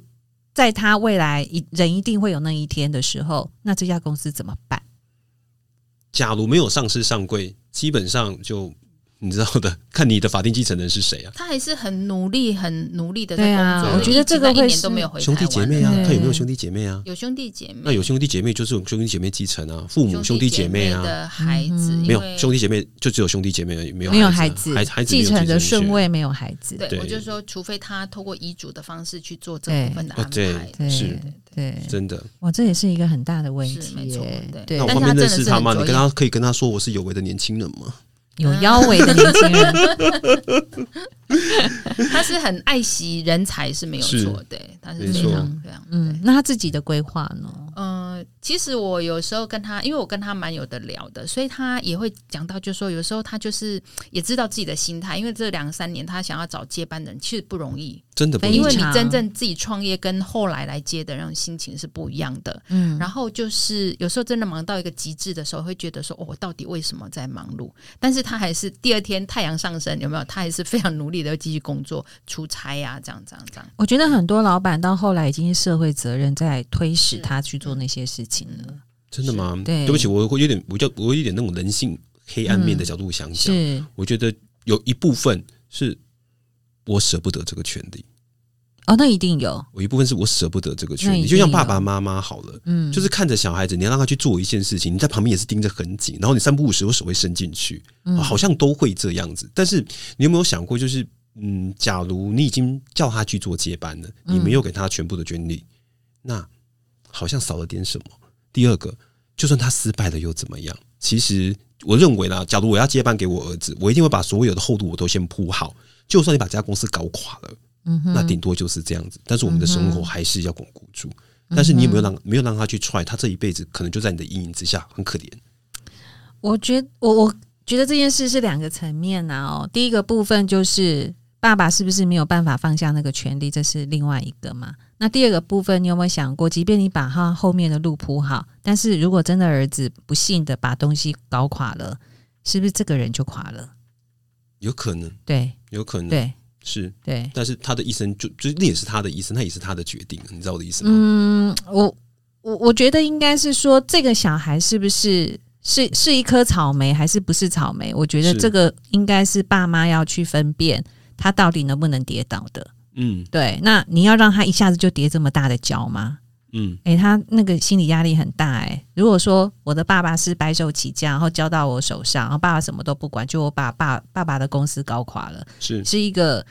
Speaker 1: 在他未来一人一定会有那一天的时候，那这家公司怎么办？
Speaker 3: 假如没有上市上柜，基本上就你知道的， 看你的法定继承人是谁啊，
Speaker 2: 他还是很努力、很努力的在
Speaker 1: 对
Speaker 2: 工
Speaker 1: 啊
Speaker 2: 作。
Speaker 3: 我觉
Speaker 1: 得这个
Speaker 2: 一直在一
Speaker 1: 会
Speaker 2: 年
Speaker 1: 是
Speaker 2: 都没有回台
Speaker 3: 兄
Speaker 2: 湾嗯
Speaker 3: 弟姐妹啊
Speaker 1: 对，
Speaker 3: 看有没有兄弟姐妹啊。
Speaker 2: 有兄弟姐妹，
Speaker 3: 那有兄弟姐妹就是有兄弟姐妹继承
Speaker 2: 嗯
Speaker 3: 啊，父母兄弟姐妹啊，
Speaker 2: 的孩子
Speaker 1: 嗯，
Speaker 2: 因
Speaker 3: 没有
Speaker 2: 为
Speaker 3: 兄弟姐妹就只有兄弟姐妹而已，没有
Speaker 1: 没有孩
Speaker 3: 孩子
Speaker 1: 子
Speaker 3: 啊，孩孩，子没
Speaker 1: 继
Speaker 3: 有
Speaker 1: 承的
Speaker 3: 继权
Speaker 1: 顺位没有孩子，
Speaker 2: 对，
Speaker 3: 对
Speaker 2: 我就说，除非他透过遗嘱的方式去做这部分的
Speaker 3: 对
Speaker 2: 安排，
Speaker 1: 对
Speaker 3: 是
Speaker 1: 对，
Speaker 3: 真的。
Speaker 1: 哇，这也是一个很大的问
Speaker 2: 是没
Speaker 1: 题
Speaker 2: 错
Speaker 1: 耶，
Speaker 2: 对
Speaker 1: 对
Speaker 3: 那我
Speaker 2: 但是
Speaker 3: 方
Speaker 2: 他
Speaker 3: 便
Speaker 2: 真
Speaker 3: 认
Speaker 2: 的
Speaker 3: 识
Speaker 2: 是
Speaker 3: 他
Speaker 2: 很
Speaker 3: 吗？你
Speaker 2: 卓
Speaker 3: 跟他可以跟他说我是有为的年轻人吗？
Speaker 1: 有腰围的年轻 人，
Speaker 2: 他是很爱惜人才是没有
Speaker 3: 是
Speaker 2: 错，对，他是
Speaker 3: 没
Speaker 2: 非
Speaker 3: 错
Speaker 2: 常非常
Speaker 1: 嗯，那他自己的规划呢？
Speaker 2: 嗯，其实我有时候跟他，因为我跟他蛮有的聊的，所以他也会讲到，就说有时候他就是也知道自己的心态，因为这两三年他想要找接班人，其实不容易，
Speaker 3: 真的不
Speaker 1: 非
Speaker 2: 因
Speaker 3: 容
Speaker 2: 为
Speaker 3: 易
Speaker 2: 你
Speaker 1: 常
Speaker 2: 真正自己创业跟后来来接的那种心情是不一样的。
Speaker 1: 嗯，
Speaker 2: 然后就是有时候真的忙到一个极致的时候，会觉得说，哦，我到底为什么在忙碌？但是他还是第二天太阳上升，有没有？他还是非常努力的继续工作、出差呀、这样这样这样。
Speaker 1: 我觉得很多老板到后来已经是社会责任在推使他去做那些事情了，
Speaker 3: 真的吗？
Speaker 1: 对
Speaker 3: 不起，我会有点，我叫我有一点那种人性黑暗
Speaker 2: 嗯
Speaker 3: 面的角度想讲，
Speaker 1: 是
Speaker 3: 我觉得有一部分是我舍不得这个权利，
Speaker 1: 哦，那一定有，
Speaker 3: 有一部分是我舍不得这个权
Speaker 1: 那一
Speaker 3: 利，
Speaker 1: 定
Speaker 3: 就像爸
Speaker 1: 有
Speaker 3: 爸妈妈好了。
Speaker 1: 嗯，
Speaker 3: 就是看着小孩子，你要让他去做一件事情，你在旁边也是盯着很紧，然后你三不五时我手会伸进去，哦
Speaker 1: 嗯
Speaker 3: 好像都会这样子。但是你有没有想过，就是嗯，假如你已经叫他去做接班了，你
Speaker 1: 嗯
Speaker 3: 没有给他全部的权利，那好像少了点什么。第二个，就算他失败了又怎么样？其实我认为啦，假如我要接班给我儿子，我一定会把所有的后路我都先铺好。就算你把这家公司搞垮了，
Speaker 1: 嗯哼
Speaker 3: 那顶多就是这样子。但是我们的生活还是要巩固住。但是你有没有
Speaker 1: 嗯
Speaker 3: 让没有让他去踹？他这一辈子可能就在你的阴影之下，很可怜。
Speaker 1: 我觉我我觉得这件事是两个层面呐、哦，第一个部分就是爸爸是不是没有办法放下那个权利，这是另外一个嘛。那第二个部分，你有没有想过，即便你把他后面的路铺好，但是如果真的儿子不幸的把东西搞垮了，是不是这个人就垮了？
Speaker 3: 有可能，
Speaker 1: 对
Speaker 3: 有可能
Speaker 1: 对
Speaker 3: 是，
Speaker 1: 对，
Speaker 3: 但是他的一生就就那也是他的一生，那也是他的决定，你知道我的意思吗？
Speaker 1: 嗯，我我我觉得应该是说，这个小孩是不是是是一颗草莓，还是不是草莓？我觉得
Speaker 3: 是
Speaker 1: 这个应该是爸妈要去分辨，他到底能不能跌倒的。
Speaker 3: 嗯
Speaker 1: 对，那你要让他一下子就跌这么大的跤吗？
Speaker 3: 嗯，
Speaker 1: 诶，他那个心理压力很大诶。如果说我的爸爸是白手起家，然后交到我手上，然后爸爸什么都不管，就我把爸爸爸的公司搞垮了，
Speaker 3: 是，
Speaker 1: 是一个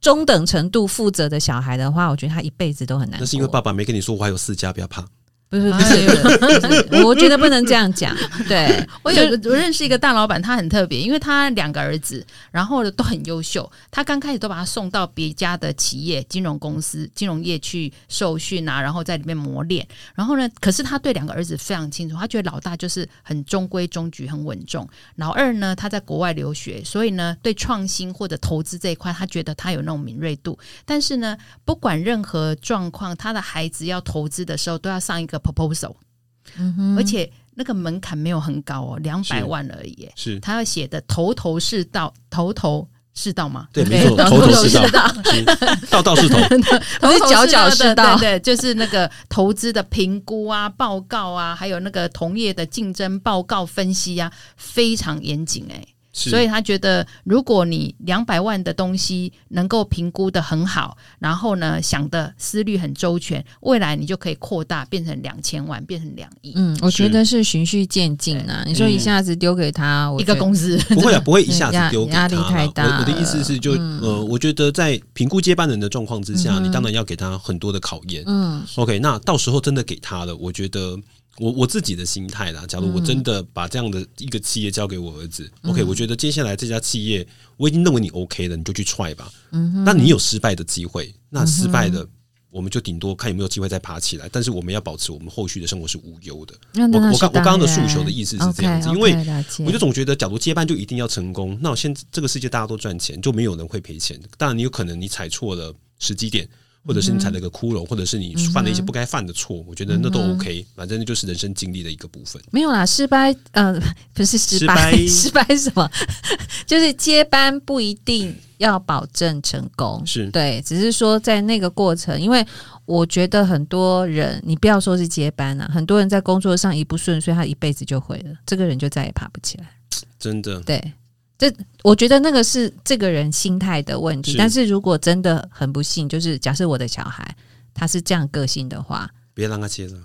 Speaker 1: 中等程度负责的小孩的话，我觉得他一辈子都很难过。
Speaker 3: 那是因为爸爸没跟你说我还有四家，不要怕。
Speaker 1: 不是不是，不是不是我觉得不能这样讲。对，
Speaker 2: 我有个我认识一个大老板，他很特别，因为他两个儿子，然后呢都很优秀。他刚开始都把他送到别家的企业、金融公司、金融业去受训啊，然后在里面磨练。然后呢，可是他对两个儿子非常清楚，他觉得老大就是很中规中矩、很稳重，老二呢他在国外留学，所以呢对创新或者投资这一块，他觉得他有那种敏锐度。但是呢，不管任何状况，他的孩子要投资的时候，都要上一个 proposal。而
Speaker 1: 嗯
Speaker 2: 且那个门槛没有很高哦，两百万而已耶。
Speaker 3: 是
Speaker 2: 他要写的头头是道，头头是道吗？
Speaker 3: 对，
Speaker 1: 对
Speaker 3: 没错，头头是道，
Speaker 2: 道，
Speaker 3: 是道 道是头，
Speaker 1: 不是佼佼是道
Speaker 2: 对对，就是那个投资的评估啊、报告啊，还有那个同业的竞争报告分析啊，非常严谨哎。
Speaker 3: 是
Speaker 2: 所以他觉得，如果你两百万的东西能够评估的很好，然后呢想的思虑很周全，未来你就可以扩大变成两千万，变成两亿、
Speaker 1: 嗯，我觉
Speaker 3: 是
Speaker 1: 得是循序渐进啊。你说一下子丢给他，我
Speaker 2: 一个
Speaker 1: 觉得
Speaker 2: 公司。
Speaker 3: 不会啊，不会一下子
Speaker 1: 压
Speaker 3: 丢给
Speaker 1: 压
Speaker 3: 他
Speaker 1: 力
Speaker 3: 啦。
Speaker 1: 太大嗯
Speaker 3: 我我的意思是就，呃，我觉得在评估接班人的状况之下，
Speaker 1: 嗯哼
Speaker 3: 你当然要给他很多的考验。
Speaker 1: 嗯
Speaker 3: OK，那到时候真的给他了，我觉得我我自己的心态啦，假如
Speaker 1: 嗯
Speaker 3: 我真的把这样的一个企业交给我儿子、o k 我觉得接下来这家企业我已经认为你 OK 了，你就去踹吧。
Speaker 1: 嗯哼嗯
Speaker 3: 那你有失败的机会，那失败的。我们就顶多看有没有机会再爬起来，但是我们要保持我们后续的生活是无忧的。
Speaker 1: 那
Speaker 3: 我
Speaker 1: 那
Speaker 3: 我
Speaker 1: 是
Speaker 3: 刚我
Speaker 1: 当
Speaker 3: 刚刚的
Speaker 1: 然
Speaker 3: 诉求的意思是这样子
Speaker 1: OK，OK，
Speaker 3: 因为
Speaker 1: 了解
Speaker 3: 我就总觉得，假如接班就一定要成功，那我现在这个世界大家都赚钱，就没有人会赔钱。当然，你有可能你踩错了时机点，或者是你踩了个窟窿，或者是你犯了一些不该犯的错，我觉得那都
Speaker 1: 嗯
Speaker 3: OK，反正就是人生经历的一个部分。
Speaker 1: 没有啦，失败呃 不是失败， 失
Speaker 3: 失
Speaker 1: 败什么？就是接班不一定要保证成功，
Speaker 3: 是
Speaker 1: 对，只是说在那个过程，因为我觉得很多人，你不要说是接班啊，很多人在工作上一不顺遂，他一辈子就毁了，这个人就再也爬不起来。
Speaker 3: 真的，
Speaker 1: 对，这我觉得那个是这个人心态的问题。
Speaker 3: 是
Speaker 1: 但是如果真的很不幸，就是假设我的小孩他是这样个性的话，
Speaker 3: 别让他接着。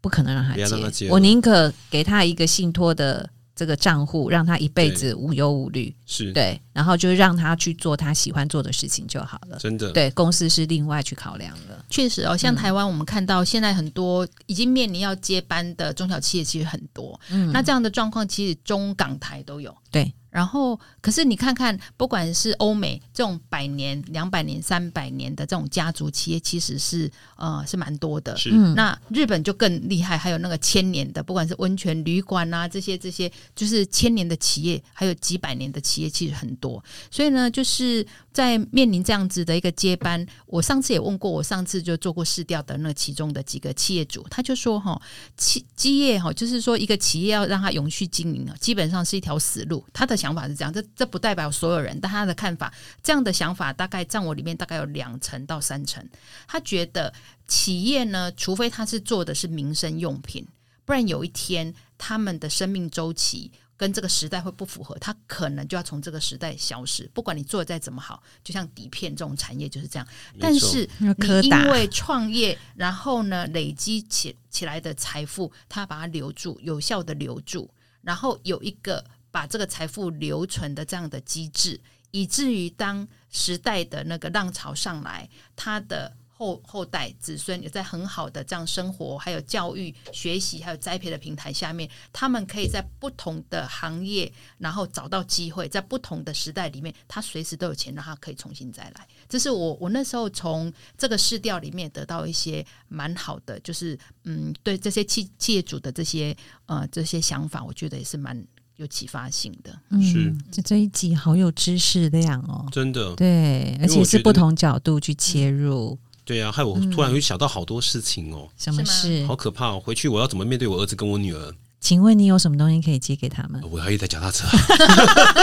Speaker 1: 不可能让他
Speaker 3: 不
Speaker 1: 接，
Speaker 3: 要让他接
Speaker 1: 我宁可给他一个信托的这个账户，让他一辈子无忧无虑，
Speaker 3: 是
Speaker 1: 对，然后就让他去做他喜欢做的事情就好了。
Speaker 3: 真的，
Speaker 1: 对，公司是另外去考量的。
Speaker 2: 确实哦，
Speaker 1: 嗯
Speaker 2: 像台湾我们看到现在很多已经面临要接班的中小企业其实很多，
Speaker 1: 嗯，
Speaker 2: 那这样的状况其实中港台都有。
Speaker 1: 对，
Speaker 2: 然后可是你看看，不管是欧美这种百年、两百年、三百年的这种家族企业，其实是呃是蛮多的。
Speaker 3: 是
Speaker 1: 嗯，
Speaker 2: 那日本就更厉害，还有那个千年的，不管是温泉旅馆啊，这些这些，就是千年的企业，还有几百年的企业，其实很多。所以呢，就是在面临这样子的一个接班，我上次也问过，我上次就做过试调的那其中的几个企业主，他就说哈，企基业哈，就是说一个企业要让它永续经营啊，基本上是一条死路。他的想法是这样，这这不代表所有人，但他的看法，这样的想法大概占我里面大概有两成到三成。他觉得企业呢，除非他是做的是民生用品，不然有一天他们的生命周期跟这个时代会不符合，他可能就要从这个时代消失。不管你做的再怎么好，就像底片这种产业就是这样。
Speaker 3: 没
Speaker 2: 但
Speaker 3: 错
Speaker 2: 是
Speaker 1: 要
Speaker 2: 你
Speaker 1: 柯
Speaker 2: 因
Speaker 1: 达
Speaker 2: 为创业，然后呢累积起起来的财富，他把它留住，有效的留住，然后有一个把这个财富留存的这样的机制，以至于当时代的那个浪潮上来，他的后后代子孙也在很好的这样生活，还有教育、学习，还有栽培的平台下面，他们可以在不同的行业，然后找到机会，在不同的时代里面，他随时都有钱，让他可以重新再来。这是我我那时候从这个试调里面得到一些蛮好的，就是嗯，对这些企企业主的这些呃这些想法，我觉得也是蛮有启发性的。
Speaker 3: 是
Speaker 1: 嗯，这这一集好有知识量哦。
Speaker 3: 真的，
Speaker 1: 对，而
Speaker 3: 因为
Speaker 1: 且
Speaker 3: 我
Speaker 1: 是
Speaker 3: 觉得
Speaker 1: 不同角度去切入，
Speaker 3: 对啊，害我突
Speaker 1: 嗯
Speaker 3: 然会想到好多事情哦，
Speaker 1: 什么
Speaker 2: 是
Speaker 1: 事
Speaker 3: 好？可怕哦！回去我要怎么面对我儿子跟我女儿？
Speaker 1: 请问你有什么东西可以借给他们？
Speaker 3: 我还一台脚踏车，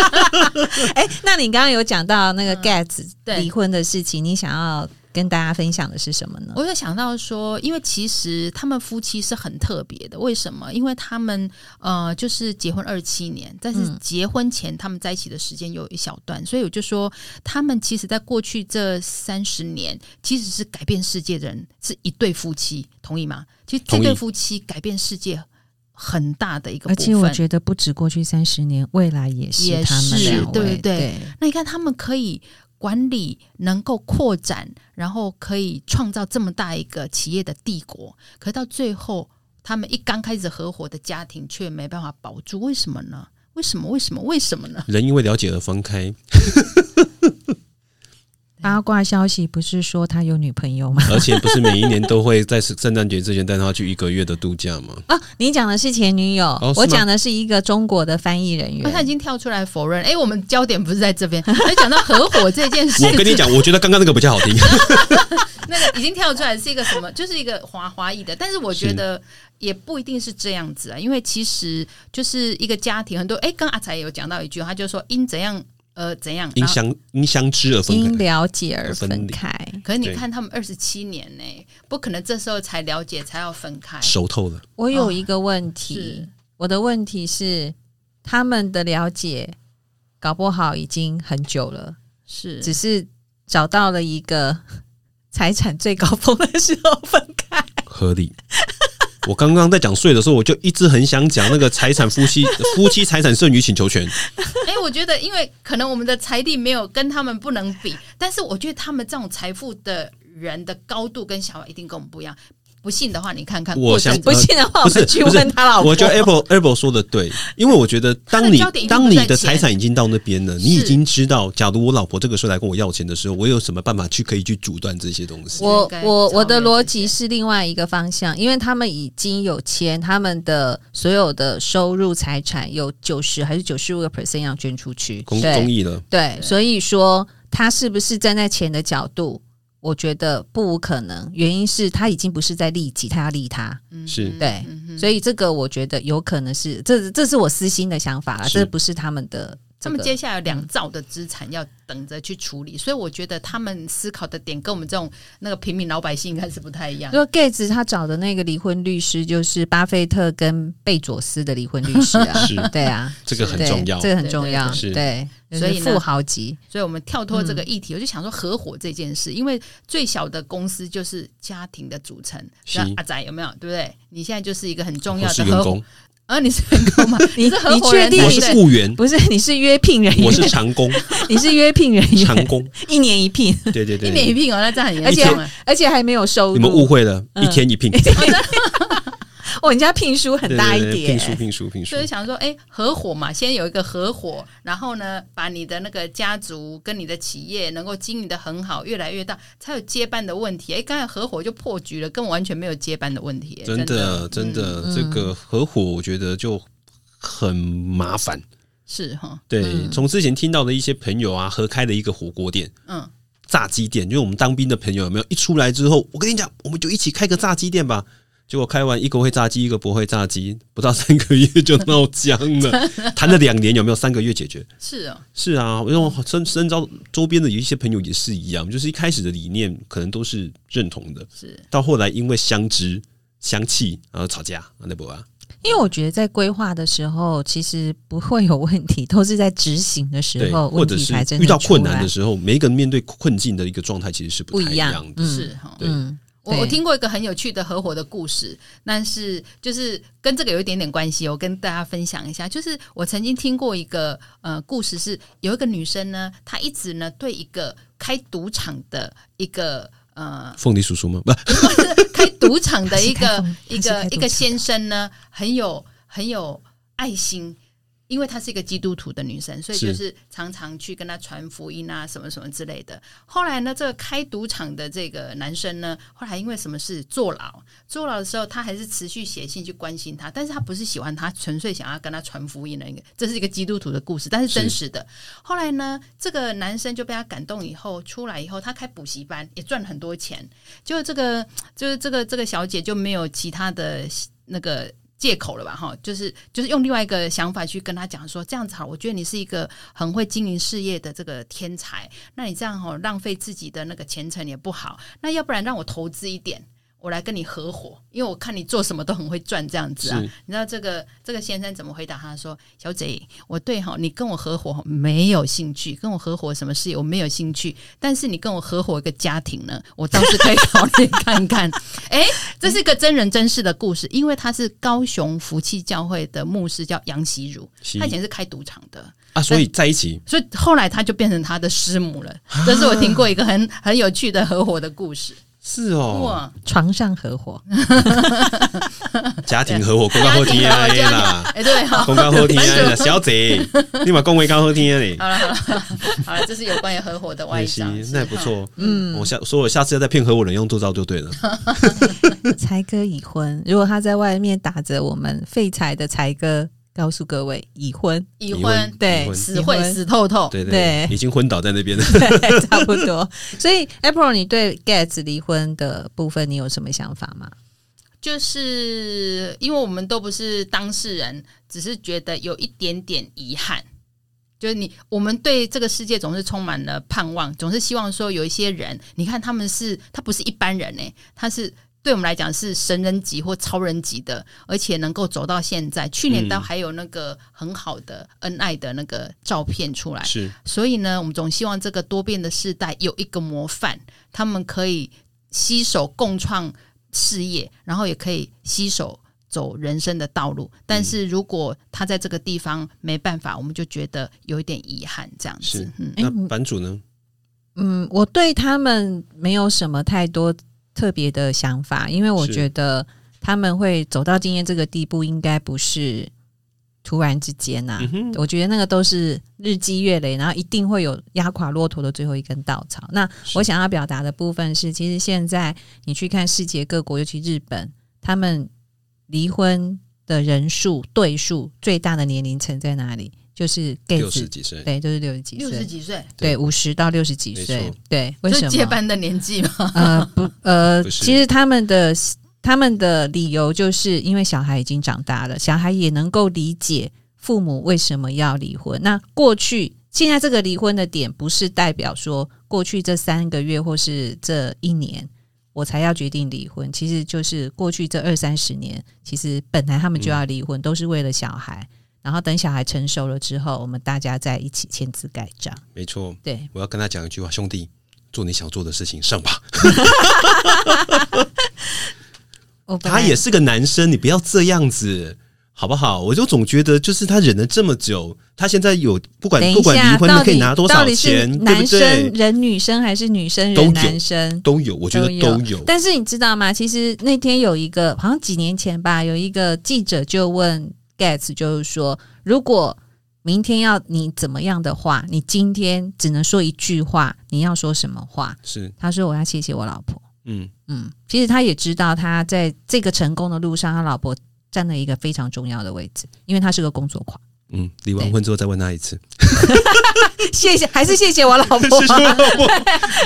Speaker 1: 哎、那你刚刚有讲到那个 Gats
Speaker 2: 对
Speaker 1: 离婚的事情，你想要跟大家分享的是什么呢？
Speaker 2: 我有想到说，因为其实他们夫妻是很特别的，为什么？因为他们呃，就是结婚二七年，但是
Speaker 1: 嗯
Speaker 2: 结婚前他们在一起的时间有一小段，所以我就说，他们其实在过去这三十年，其实是改变世界的人，是一对夫妻，同意吗？其实这
Speaker 3: 同意
Speaker 2: 对夫妻改变世界很大的一个
Speaker 1: 而
Speaker 2: 部分，
Speaker 1: 且我觉得不止过去三十年，未来也是
Speaker 2: 也
Speaker 1: 他们
Speaker 2: 是
Speaker 1: 两位，
Speaker 2: 对不对
Speaker 1: 对
Speaker 2: 那你看，他们可以管理，能够扩展，然后可以创造这么大一个企业的帝国，可到最后，他们一刚开始合伙的家庭却没办法保住，为什么呢？为什么？为什么？为什么呢？
Speaker 3: 人因为了解而分开，
Speaker 1: 八卦消息不是说他有女朋友吗？
Speaker 3: 而且不是每一年都会在圣圣诞节之前带他去一个月的度假吗？
Speaker 1: 哦，你讲的是前女友，
Speaker 3: 哦是吗哦
Speaker 1: 我讲的是一个中国的翻译人
Speaker 2: 因为哦他已
Speaker 1: 员。
Speaker 2: 经跳出来否认。哎，我们焦点不是在这边，而讲到合伙这件事，
Speaker 3: 我跟你，讲，我觉得刚刚那个比较好 听。
Speaker 2: 那个已经跳出来是一个什么？就是一个华华裔的，但是我觉得也不一定是这样子啊，因为其实就是一个家庭很多。哎，刚阿才有讲到一句，他就说因怎样呃怎样，
Speaker 3: 因
Speaker 2: 然后
Speaker 3: 相因相知而
Speaker 1: 因
Speaker 3: 分开，
Speaker 1: 了解而
Speaker 3: 分
Speaker 1: 分
Speaker 3: 离
Speaker 1: 开，
Speaker 2: 可是你
Speaker 3: 对
Speaker 2: 看他们二十七年呢、不可能这时候才了解才要分开。
Speaker 3: 熟透了。
Speaker 1: 我有
Speaker 2: 哦
Speaker 1: 一个问题，
Speaker 2: 是
Speaker 1: 我的问题是他们的了解，搞不好已经很久了。
Speaker 2: 是
Speaker 1: 只是找到了一个 财产最高峰的时候分开。
Speaker 3: 合理。我刚刚在讲税的时候，我就一直很想讲那个财产夫妻 夫妻财产剩余请求权，
Speaker 2: 哎、我觉得因为可能我们的财力没有跟他们不能比，但是我觉得他们这种财富的人的高度跟想法一定跟我们不一样。不信的话，你看看
Speaker 3: 我
Speaker 2: 过
Speaker 3: 想
Speaker 2: 程
Speaker 1: 不信的话，我
Speaker 3: 呃不是
Speaker 1: 们去问他老婆。
Speaker 3: 我
Speaker 2: 哎
Speaker 3: 觉得 Apple Apple 说的对，因为我觉得当你
Speaker 2: 他的焦点一定不
Speaker 3: 当
Speaker 2: 在
Speaker 3: 你
Speaker 2: 钱
Speaker 3: 的财产已经到那边了，
Speaker 2: 是
Speaker 3: 你已经知道，假如我老婆这个时候来跟我要钱的时候，我有什么办法去可以去阻断这些东西？
Speaker 1: 我
Speaker 2: 该
Speaker 1: 我我的
Speaker 2: 超越
Speaker 1: 逻
Speaker 2: 这
Speaker 1: 辑
Speaker 2: 些
Speaker 1: 是另外一个方向，因为他们已经有签，他们的所有的收入财产有九十还是九十五个 percent 要捐出去，
Speaker 3: 公
Speaker 1: 对
Speaker 3: 公益了，
Speaker 1: 对，所以说他是不是站在钱的角度，我觉得不无可能，原因是他已经不是在利己，他要利他，
Speaker 2: 嗯
Speaker 3: 是
Speaker 1: 对
Speaker 2: 嗯哼
Speaker 1: 所以这个我觉得有可能是这这是我私心的想法啦，
Speaker 3: 是
Speaker 1: 这不是他们的、这
Speaker 2: 他
Speaker 1: 个
Speaker 2: 们接下来有两兆的资产要等着去处理，所以我觉得他们思考的点跟我们这种那个平民老百姓应该是不太一样
Speaker 1: 如。果 Gates 他找的那个离婚律师就是巴菲特跟贝佐斯的离婚律师啊，
Speaker 3: 是
Speaker 1: 对啊，
Speaker 3: 这个很
Speaker 1: 对
Speaker 3: 重要
Speaker 1: 这。个很重要，
Speaker 3: 对对
Speaker 1: 对，
Speaker 2: 是
Speaker 1: 就是
Speaker 2: 所以呢
Speaker 1: 富豪级
Speaker 2: 所以我们跳脱
Speaker 3: 嗯
Speaker 2: 这个议题，我就想说合伙这件事，因为最小的公司就是家庭的组成。
Speaker 3: 是
Speaker 2: 那阿仔有没有？对不对？你现在就是一个很重
Speaker 3: 我
Speaker 2: 要
Speaker 3: 是
Speaker 2: 的
Speaker 3: 员
Speaker 2: 合伙，
Speaker 3: 工，
Speaker 2: 啊，你是员工嘛？
Speaker 1: 你
Speaker 2: 是合伙人
Speaker 1: 你确定
Speaker 3: 我
Speaker 1: 你
Speaker 3: 是
Speaker 1: 是
Speaker 3: 雇员，
Speaker 1: 不是你是约聘人员，
Speaker 3: 我是长 工，
Speaker 1: 你是约聘人
Speaker 3: 长
Speaker 1: 员，
Speaker 3: 工。
Speaker 1: 一年一聘，
Speaker 3: 对对
Speaker 2: 一
Speaker 3: 对，
Speaker 2: 免一聘哦，那这样很
Speaker 1: 而
Speaker 2: 严
Speaker 1: 且
Speaker 2: 重啊。
Speaker 1: 而且还没有收入。
Speaker 3: 你们误会了，
Speaker 1: 嗯
Speaker 3: 一天一聘，
Speaker 1: 哦，人家聘书 很大一
Speaker 3: 对对对
Speaker 1: 叠
Speaker 3: 聘，书聘书聘书
Speaker 2: 所以，想说，哎、合伙嘛，先有一个合伙，然后呢，把你的那个家族跟你的企业能够经营的很好，越来越大，才有接班的问题。哎、刚才合伙就破局了，跟完全没有接班的问题、哎
Speaker 3: 真的真的、
Speaker 1: 嗯
Speaker 3: 这个合伙，我觉得就很麻烦。
Speaker 2: 是哈，
Speaker 3: 对，
Speaker 1: 嗯
Speaker 3: 从、之前听到的一些朋友啊，合开的一个火锅店。
Speaker 2: 嗯，
Speaker 3: 炸鸡店，就是我们当兵的朋友有没有？一出来之后，我跟你讲，我们就一起开个炸鸡店吧。结果开完一个会炸鸡，一个不会炸鸡，不到三个月就闹僵 了。谈了两年，有没有三个月解决？
Speaker 2: 是哦，
Speaker 3: 是啊，因为我身身遭周边的有一些朋友也是一样，就是一开始的理念可能都是认同的，
Speaker 2: 是哦
Speaker 3: 到后来因为相知相弃，然后吵架，啊那不啊，
Speaker 1: 因为我觉得在规划的时候，其实不会有问题，都是在执行的
Speaker 3: 对
Speaker 1: 时，候，
Speaker 3: 或
Speaker 1: 问
Speaker 3: 者
Speaker 1: 题
Speaker 3: 是
Speaker 1: 才真的
Speaker 3: 遇到困难
Speaker 1: 出
Speaker 3: 的
Speaker 1: 来
Speaker 3: 时候，每一个人面对困境的一个状态其实是不
Speaker 1: 不
Speaker 3: 太
Speaker 1: 一
Speaker 3: 一样
Speaker 1: 样
Speaker 3: 的。，
Speaker 1: 嗯
Speaker 2: 是哦哈。
Speaker 3: 对
Speaker 1: 嗯，
Speaker 2: 我
Speaker 1: 对
Speaker 2: 我听过一个很有趣的合伙的故事，但是就是跟这个有一点点关系，我跟大家分享一下。就是我曾经听过一个呃故事是，有一个女生呢，她一直呢对一个开赌场的一个 呃
Speaker 3: 嗯凤梨叔叔吗？不，
Speaker 2: 开赌场 的一
Speaker 1: 他是开
Speaker 2: 个
Speaker 1: 封
Speaker 2: 一
Speaker 1: 他是开
Speaker 2: 个
Speaker 1: 赌场的
Speaker 2: 一个先生呢，很有很有爱心，因为她是一个基督徒的女生，所以
Speaker 3: 是
Speaker 2: 就是常常去跟她传福音啊，什么什么之类的。后来呢，这个开赌场的这个男生呢，后来因为什么事坐牢，坐牢的时候，他还是持续写信去关心他，但是他不是喜欢他，纯粹想要跟他传福音的一个，这是一个基督徒的故事，但是真实的。后来呢，这个男生就被他感动以后，出来以后，他开补习班也赚了很多钱，就这个就是这个这个小姐就没有其他的那个。借口了吧，哈，就是就是用另外一个想法去跟他讲说，这样子好，我觉得你是一个很会经营事业的这个天才，那你这样哈、浪费自己的那个前程也不好，那要不然让我投资一点，我来跟你合伙，因为我看你做什么都很会赚这样子啊
Speaker 3: 是。
Speaker 2: 你知道这个这个先生怎么回答他说：“小姐，我对哈你跟我合伙没有兴趣，跟我合伙什么事业我没有兴趣，但是你跟我合伙一个家庭呢，我倒是可以考虑看看。”哎，这是一个真人真事的故事，因为他是高雄福气教会的牧师，叫杨习儒，
Speaker 3: 是
Speaker 2: 他以前是开赌场的。
Speaker 3: 啊，所以在一起
Speaker 2: 所以后来他就变成他的师母了。这是我听过一个很 很有趣的合伙的故事。
Speaker 3: 是哦，
Speaker 2: 哇，
Speaker 1: 床上合 伙，
Speaker 3: 家庭合伙，公告后 T
Speaker 2: 家
Speaker 3: I
Speaker 2: 庭合伙
Speaker 3: 啦。
Speaker 2: 哎，对，好，
Speaker 3: 啊 公告好听 啊，小姐，你把恭维刚好听嘞，
Speaker 2: 好了，好了，好了，这是有关于合伙的外
Speaker 3: 也行
Speaker 2: 商，，
Speaker 3: 那
Speaker 2: 是
Speaker 3: 也不。错。嗯，我下，所以我下次要再骗合伙人用做到就对了。
Speaker 1: 才哥已婚，如果他在外面打着我们废柴的才哥，告诉各位已婚，
Speaker 2: 已
Speaker 3: 已婚
Speaker 2: 婚，
Speaker 1: 对
Speaker 3: 已，婚
Speaker 2: 死会死透透，
Speaker 3: 对
Speaker 1: 对
Speaker 3: 已经昏倒在那边了。
Speaker 1: 对，差不多。所以 April，你对 Gates 离婚的部分，你有什么想法吗？
Speaker 2: 就是因为我们都不是当事人，只是觉得有一点点遗憾。就是你，我们对这个世界总是充满了盼望，总是希望说有一些人，你看他们是，他不是一般人呢、欸他是对我们来讲是神人级或超人级的，而且能够走到现在。去年都
Speaker 3: 嗯
Speaker 2: 还有那个很好的恩爱的那个照片出来，
Speaker 3: 是，
Speaker 2: 所以呢，我们总希望这个多变的世代有一个模范，他们可以携手共创事业，然后也可以携手走人生的道路。但
Speaker 3: 嗯
Speaker 2: 是如果他在这个地方没办法，我们就觉得有一点遗憾，这样子
Speaker 3: 是。
Speaker 2: 嗯，
Speaker 3: 那
Speaker 1: 嗯
Speaker 3: 版主呢？
Speaker 1: 嗯，我对他们没有什么太多特别的想法，因为我
Speaker 3: 是
Speaker 1: 觉得他们会走到今天这个地步，应该不是突然之间呐、
Speaker 3: 嗯哼，
Speaker 1: 我觉得那个都是日积月累，然后一定会有压垮骆驼的最后一根稻草。那
Speaker 3: 是
Speaker 1: 我想要表达的部分是，其实现在你去看世界各国，尤其日本，他们离婚的人数对数最大的年龄层在哪里？就是
Speaker 3: 六
Speaker 1: gay
Speaker 3: 十
Speaker 1: 子，
Speaker 3: 几岁，
Speaker 1: 对，就是六十几
Speaker 2: 六十
Speaker 1: 岁，
Speaker 2: 几岁，
Speaker 1: 对，五十到六十几
Speaker 3: 没
Speaker 1: 岁
Speaker 3: 错，
Speaker 1: 对，为
Speaker 2: 这
Speaker 1: 什
Speaker 2: 是接
Speaker 1: 么？
Speaker 2: 班的年纪嘛。
Speaker 1: 呃，不，呃，
Speaker 3: 不是
Speaker 1: 其实他们的他们的理由就是因为小孩已经长大了，小孩也能够理解父母为什么要离婚。那过去现在这个离婚的点，不是代表说过去这三个月或是这一年。我才要决定离婚，其实就是过去这二三十年，其实本来他们就要离
Speaker 3: 嗯
Speaker 1: 婚，都是为了小孩，然后等小孩成熟了之后，我们大家在一起签字盖章。
Speaker 3: 没错。
Speaker 1: 对，
Speaker 3: 我要跟他讲一句话，兄弟，做你想做的事情，上吧。
Speaker 1: 我本
Speaker 3: 他
Speaker 1: 来
Speaker 3: 也是个男生，你不要这样子，好不好？我就总觉得，就是他忍了这么久，他现在有不管
Speaker 1: 等一
Speaker 3: 不管
Speaker 1: 下，
Speaker 3: 离婚，
Speaker 1: 到
Speaker 3: 你
Speaker 1: 底
Speaker 3: 可以拿多少
Speaker 1: 到
Speaker 3: 钱，
Speaker 1: 底是
Speaker 3: 对
Speaker 1: 男
Speaker 3: 不
Speaker 1: 生
Speaker 3: 对？
Speaker 1: 人女生还是女生
Speaker 3: 都有
Speaker 1: 人男生？
Speaker 3: 都有，我觉得
Speaker 1: 都
Speaker 3: 都
Speaker 1: 有
Speaker 3: 有。
Speaker 1: 但是你知道吗？其实那天有一个，好像几年前吧，有一个记者就问 Gates，就是说，如果明天要你怎么样的话，你今天只能说一句话，你要说什么话？
Speaker 3: 是，
Speaker 1: 他说：“我要谢谢我老婆。
Speaker 3: 嗯，”
Speaker 1: 嗯，其实他也知道，他在这个成功的路上，他老婆占了一个非常重要的位置，因为他是个工作 狂。
Speaker 3: 嗯，离完婚之后再问他一次。
Speaker 1: 谢谢，还是谢谢我老婆。
Speaker 3: 是说我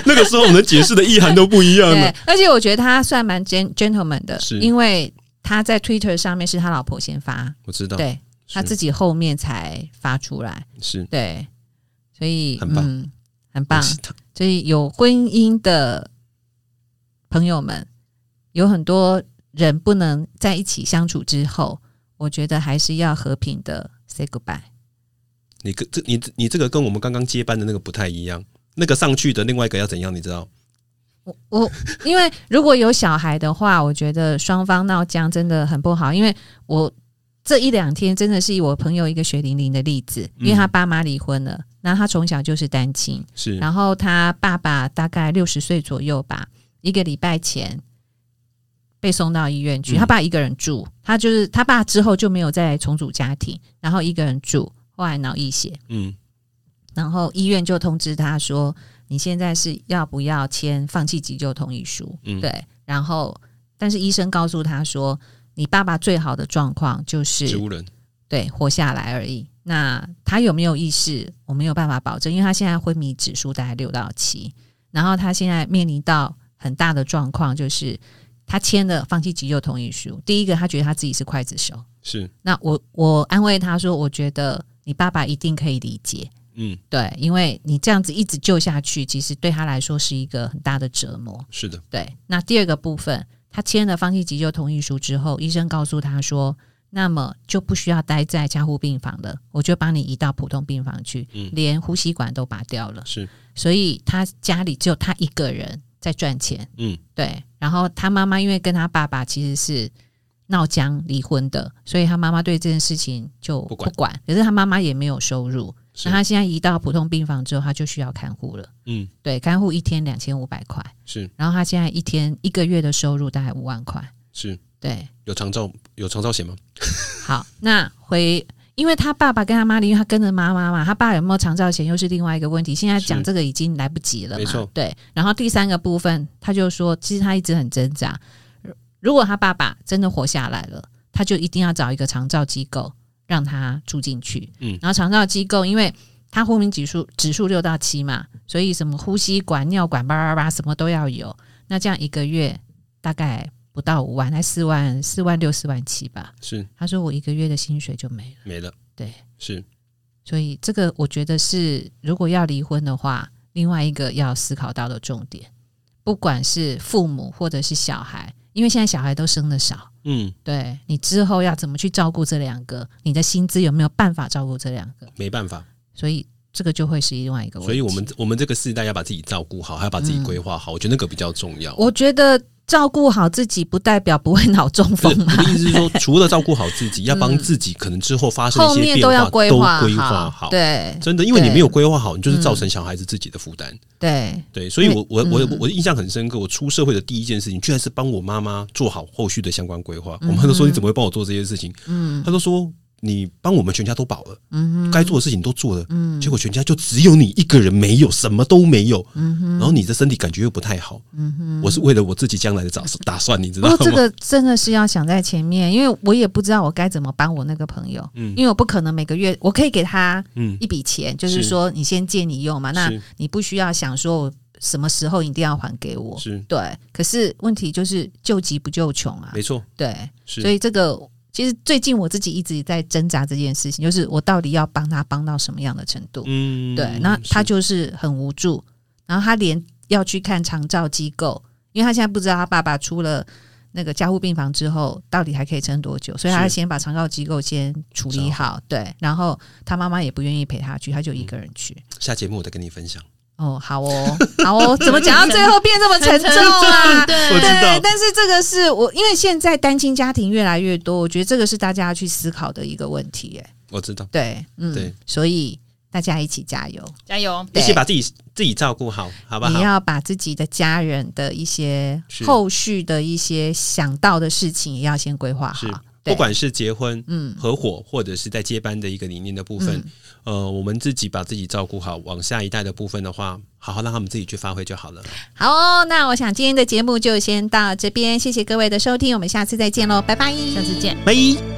Speaker 3: 那个时候我们解释的意涵都不一样
Speaker 1: 对
Speaker 3: 了。，
Speaker 1: 而且我觉得他算蛮 gen gentleman 的
Speaker 3: 嗯是，
Speaker 1: 因为他在 Twitter 上面是他老婆先发，
Speaker 3: 我知道，
Speaker 1: 对他自
Speaker 3: 己
Speaker 1: 己后面才发出来，
Speaker 3: 是
Speaker 1: 对，所以
Speaker 3: 很棒
Speaker 1: 嗯，很棒。
Speaker 3: 是他
Speaker 1: 所以有婚姻的朋友们，有很多人不能在一起相处之后，我觉得还是要和平的 say goodbye。
Speaker 3: 你跟这你你这个跟我们刚刚接班的那个不太一样。那个上去的另外一个要怎样？你知道？
Speaker 1: 我我因为如果有小孩的话，我觉得双方闹僵真的很不好。因为我这一两天真的是以我朋友一个血淋淋的例子，因为他爸妈离婚了，那他从小就是单亲，
Speaker 3: 嗯是
Speaker 1: 然后他爸爸大概六十岁左右吧，一个礼拜前被送到医院去。
Speaker 3: 嗯
Speaker 1: 他爸一个人住，他就是他爸之后就没有再重组家庭，然后一个人住，后来脑溢血，
Speaker 3: 嗯，
Speaker 1: 然后医院就通知他说：“你现在是要不要签放弃急救同意书？”
Speaker 3: 嗯
Speaker 1: 对。然后，但是医生告诉他说：“你爸爸最好的状况就是
Speaker 3: 植物人
Speaker 1: 对活下来而已。那他有没有意识，我没有办法保证，因为他现在昏迷指数大概六到七，然后他现在面临到很大的状况，就是他签了放弃急救同意书。第一个，他觉得他自己是刽子手。
Speaker 3: 是
Speaker 1: 那我我安慰他说：“我觉得你爸爸一定可以理解。”
Speaker 3: 嗯
Speaker 1: 对，因为你这样子一直救下去，其实对他来说是一个很大的折磨。
Speaker 3: 是的，
Speaker 1: 对，那第二个部分，他签了放弃急救同意书之后，医生告诉他说，那么就不需要待在加护病房了，我就把你移到普通病房去，
Speaker 3: 嗯
Speaker 1: 连呼吸管都拔掉了，
Speaker 3: 是
Speaker 1: 所以他家里只有他一个人在赚钱。
Speaker 3: 嗯
Speaker 1: 对，然后他妈妈因为跟他爸爸其实是闹僵离婚的，所以他妈妈对这件事情就
Speaker 3: 不
Speaker 1: 不
Speaker 3: 管
Speaker 1: 管，可是他妈妈也没有收入，
Speaker 3: 是
Speaker 1: 那他现在移到普通病房之后，他就需要看护了。
Speaker 3: 嗯
Speaker 1: 对，看护一天两千五百块，
Speaker 3: 是
Speaker 1: 然后他现在一天一个月的收入大概五万块。
Speaker 3: 是
Speaker 1: 对，
Speaker 3: 有长照有长照险吗？
Speaker 1: 好，那回，因为他爸爸跟他妈离，因为他跟着妈妈嘛，他爸有没有长照险又是另外一个问题。现在讲
Speaker 3: 是
Speaker 1: 这个已经来不及了
Speaker 3: 没错
Speaker 1: 嘛。对，然后第三个部分，他就说，其实他一直很挣扎。如果他爸爸真的活下来了，他就一定要找一个长照机构让他住进去。
Speaker 3: 嗯
Speaker 1: 然后长照机构因为他昏迷指数指数六到七嘛，所以什么呼吸管、尿管、叭叭叭什么都要有。那这样一个月大概不到五万，才四万、四万六、四万七吧。
Speaker 3: 是
Speaker 1: 他说我一个月的薪水就没了，
Speaker 3: 没了，
Speaker 1: 对，
Speaker 3: 是
Speaker 1: 所以这个我觉得是如果要离婚的话，另外一个要思考到的重点，不管是父母或者是小孩，因为现在小孩都生的少，
Speaker 3: 嗯
Speaker 1: 对你之后要怎么去照顾这两个，你的薪资有没有办法照顾这两个，
Speaker 3: 没办法。
Speaker 1: 所以这个就会是另外一个问题。
Speaker 3: 所以我们我们这个世代要把自己照顾好，还要把自己规划好，我觉得那个比较重要。
Speaker 1: 嗯我觉得照顾好自己，不代表不会脑中
Speaker 3: 不
Speaker 1: 风
Speaker 3: 是我
Speaker 1: 嘛。
Speaker 3: 的意思是说，除了照顾好自己，要帮自己可能之后发生一
Speaker 1: 嗯后
Speaker 3: 些
Speaker 1: 面
Speaker 3: 变化
Speaker 1: 都要规划
Speaker 3: 规
Speaker 1: 好，
Speaker 3: 划好。
Speaker 1: 对
Speaker 3: 真的，因为你
Speaker 1: 对嗯
Speaker 3: 没有规划好，你就是造成小孩子自己的负担。
Speaker 1: 对，
Speaker 3: 对，所以我我我
Speaker 1: 嗯
Speaker 3: 我印象很深刻，我出社会的第一件事情，居然是帮我妈妈做好后续的相关规划。我妈都说你怎么会帮我做这些事情？
Speaker 1: 嗯
Speaker 3: 她都说你帮我们全家都保了，嗯，该做的事情都做了，嗯，结果全家就只有你一个人没有，什么都没有，嗯，然后你的身体感觉又不太好，嗯，我是为了我自己将来的打打算，你知
Speaker 1: 不
Speaker 3: 道吗
Speaker 1: 过？这个真的是要想在前面，因为我也不知道我该怎么帮我那个朋友，
Speaker 3: 嗯
Speaker 1: 因为我不可能每个月我可以给他
Speaker 3: 嗯，
Speaker 1: 一笔钱，就是
Speaker 3: 是
Speaker 1: 说你先借你用嘛，那
Speaker 3: 是
Speaker 1: 你不需要想说我什么时候一定要还给我，
Speaker 3: 是
Speaker 1: 对。可是问题就是救急不救穷啊
Speaker 3: 没，错，
Speaker 1: 对，
Speaker 3: 是
Speaker 1: 所以这个其实最近我自己一直在挣扎这件事情，就是我到底要帮他帮到什么样的程度？
Speaker 3: 嗯
Speaker 1: 对，那他
Speaker 3: 是
Speaker 1: 就是很无助，然后他连要去看长照机构，因为他现在不知道他爸爸出了那个加护病房之后，到底还可以撑多久，所以他
Speaker 3: 是
Speaker 1: 先把长照机构先处理好，对，然后他妈妈也不愿意陪他去，他就一个人去。
Speaker 3: 下节目我再跟你分享，
Speaker 1: 哦，好哦，好哦， 怎么讲到最后变这么沉重 啊？
Speaker 3: 我
Speaker 2: 对
Speaker 3: 知道
Speaker 1: 对，但是这个是我，因为现在单亲家庭越来越多，我觉得这个是大家要去思考的一个问题。哎，
Speaker 3: 我知道，
Speaker 1: 对，嗯，
Speaker 3: 对
Speaker 1: 所以大家一起加油。
Speaker 2: 加油！
Speaker 3: 一
Speaker 1: 对
Speaker 3: 起把自己自己照顾好，好不
Speaker 1: 你
Speaker 3: 好？
Speaker 1: 要把自己的家人的一些
Speaker 3: 是
Speaker 1: 后续的一些想到的事情，也要先规划
Speaker 3: 是
Speaker 1: 好。对
Speaker 3: 不管是结婚、
Speaker 1: 嗯
Speaker 3: 合伙，或者是在接班的一个理念的部分，呃，我们自己把自己照顾好，往下一代的部分的话，好好让他们自己去发挥就好了。
Speaker 1: 好哦，那我想今天的节目就先到这边，谢谢各位的收听，我们下次再见喽，拜拜，
Speaker 2: 下次见。
Speaker 3: 拜。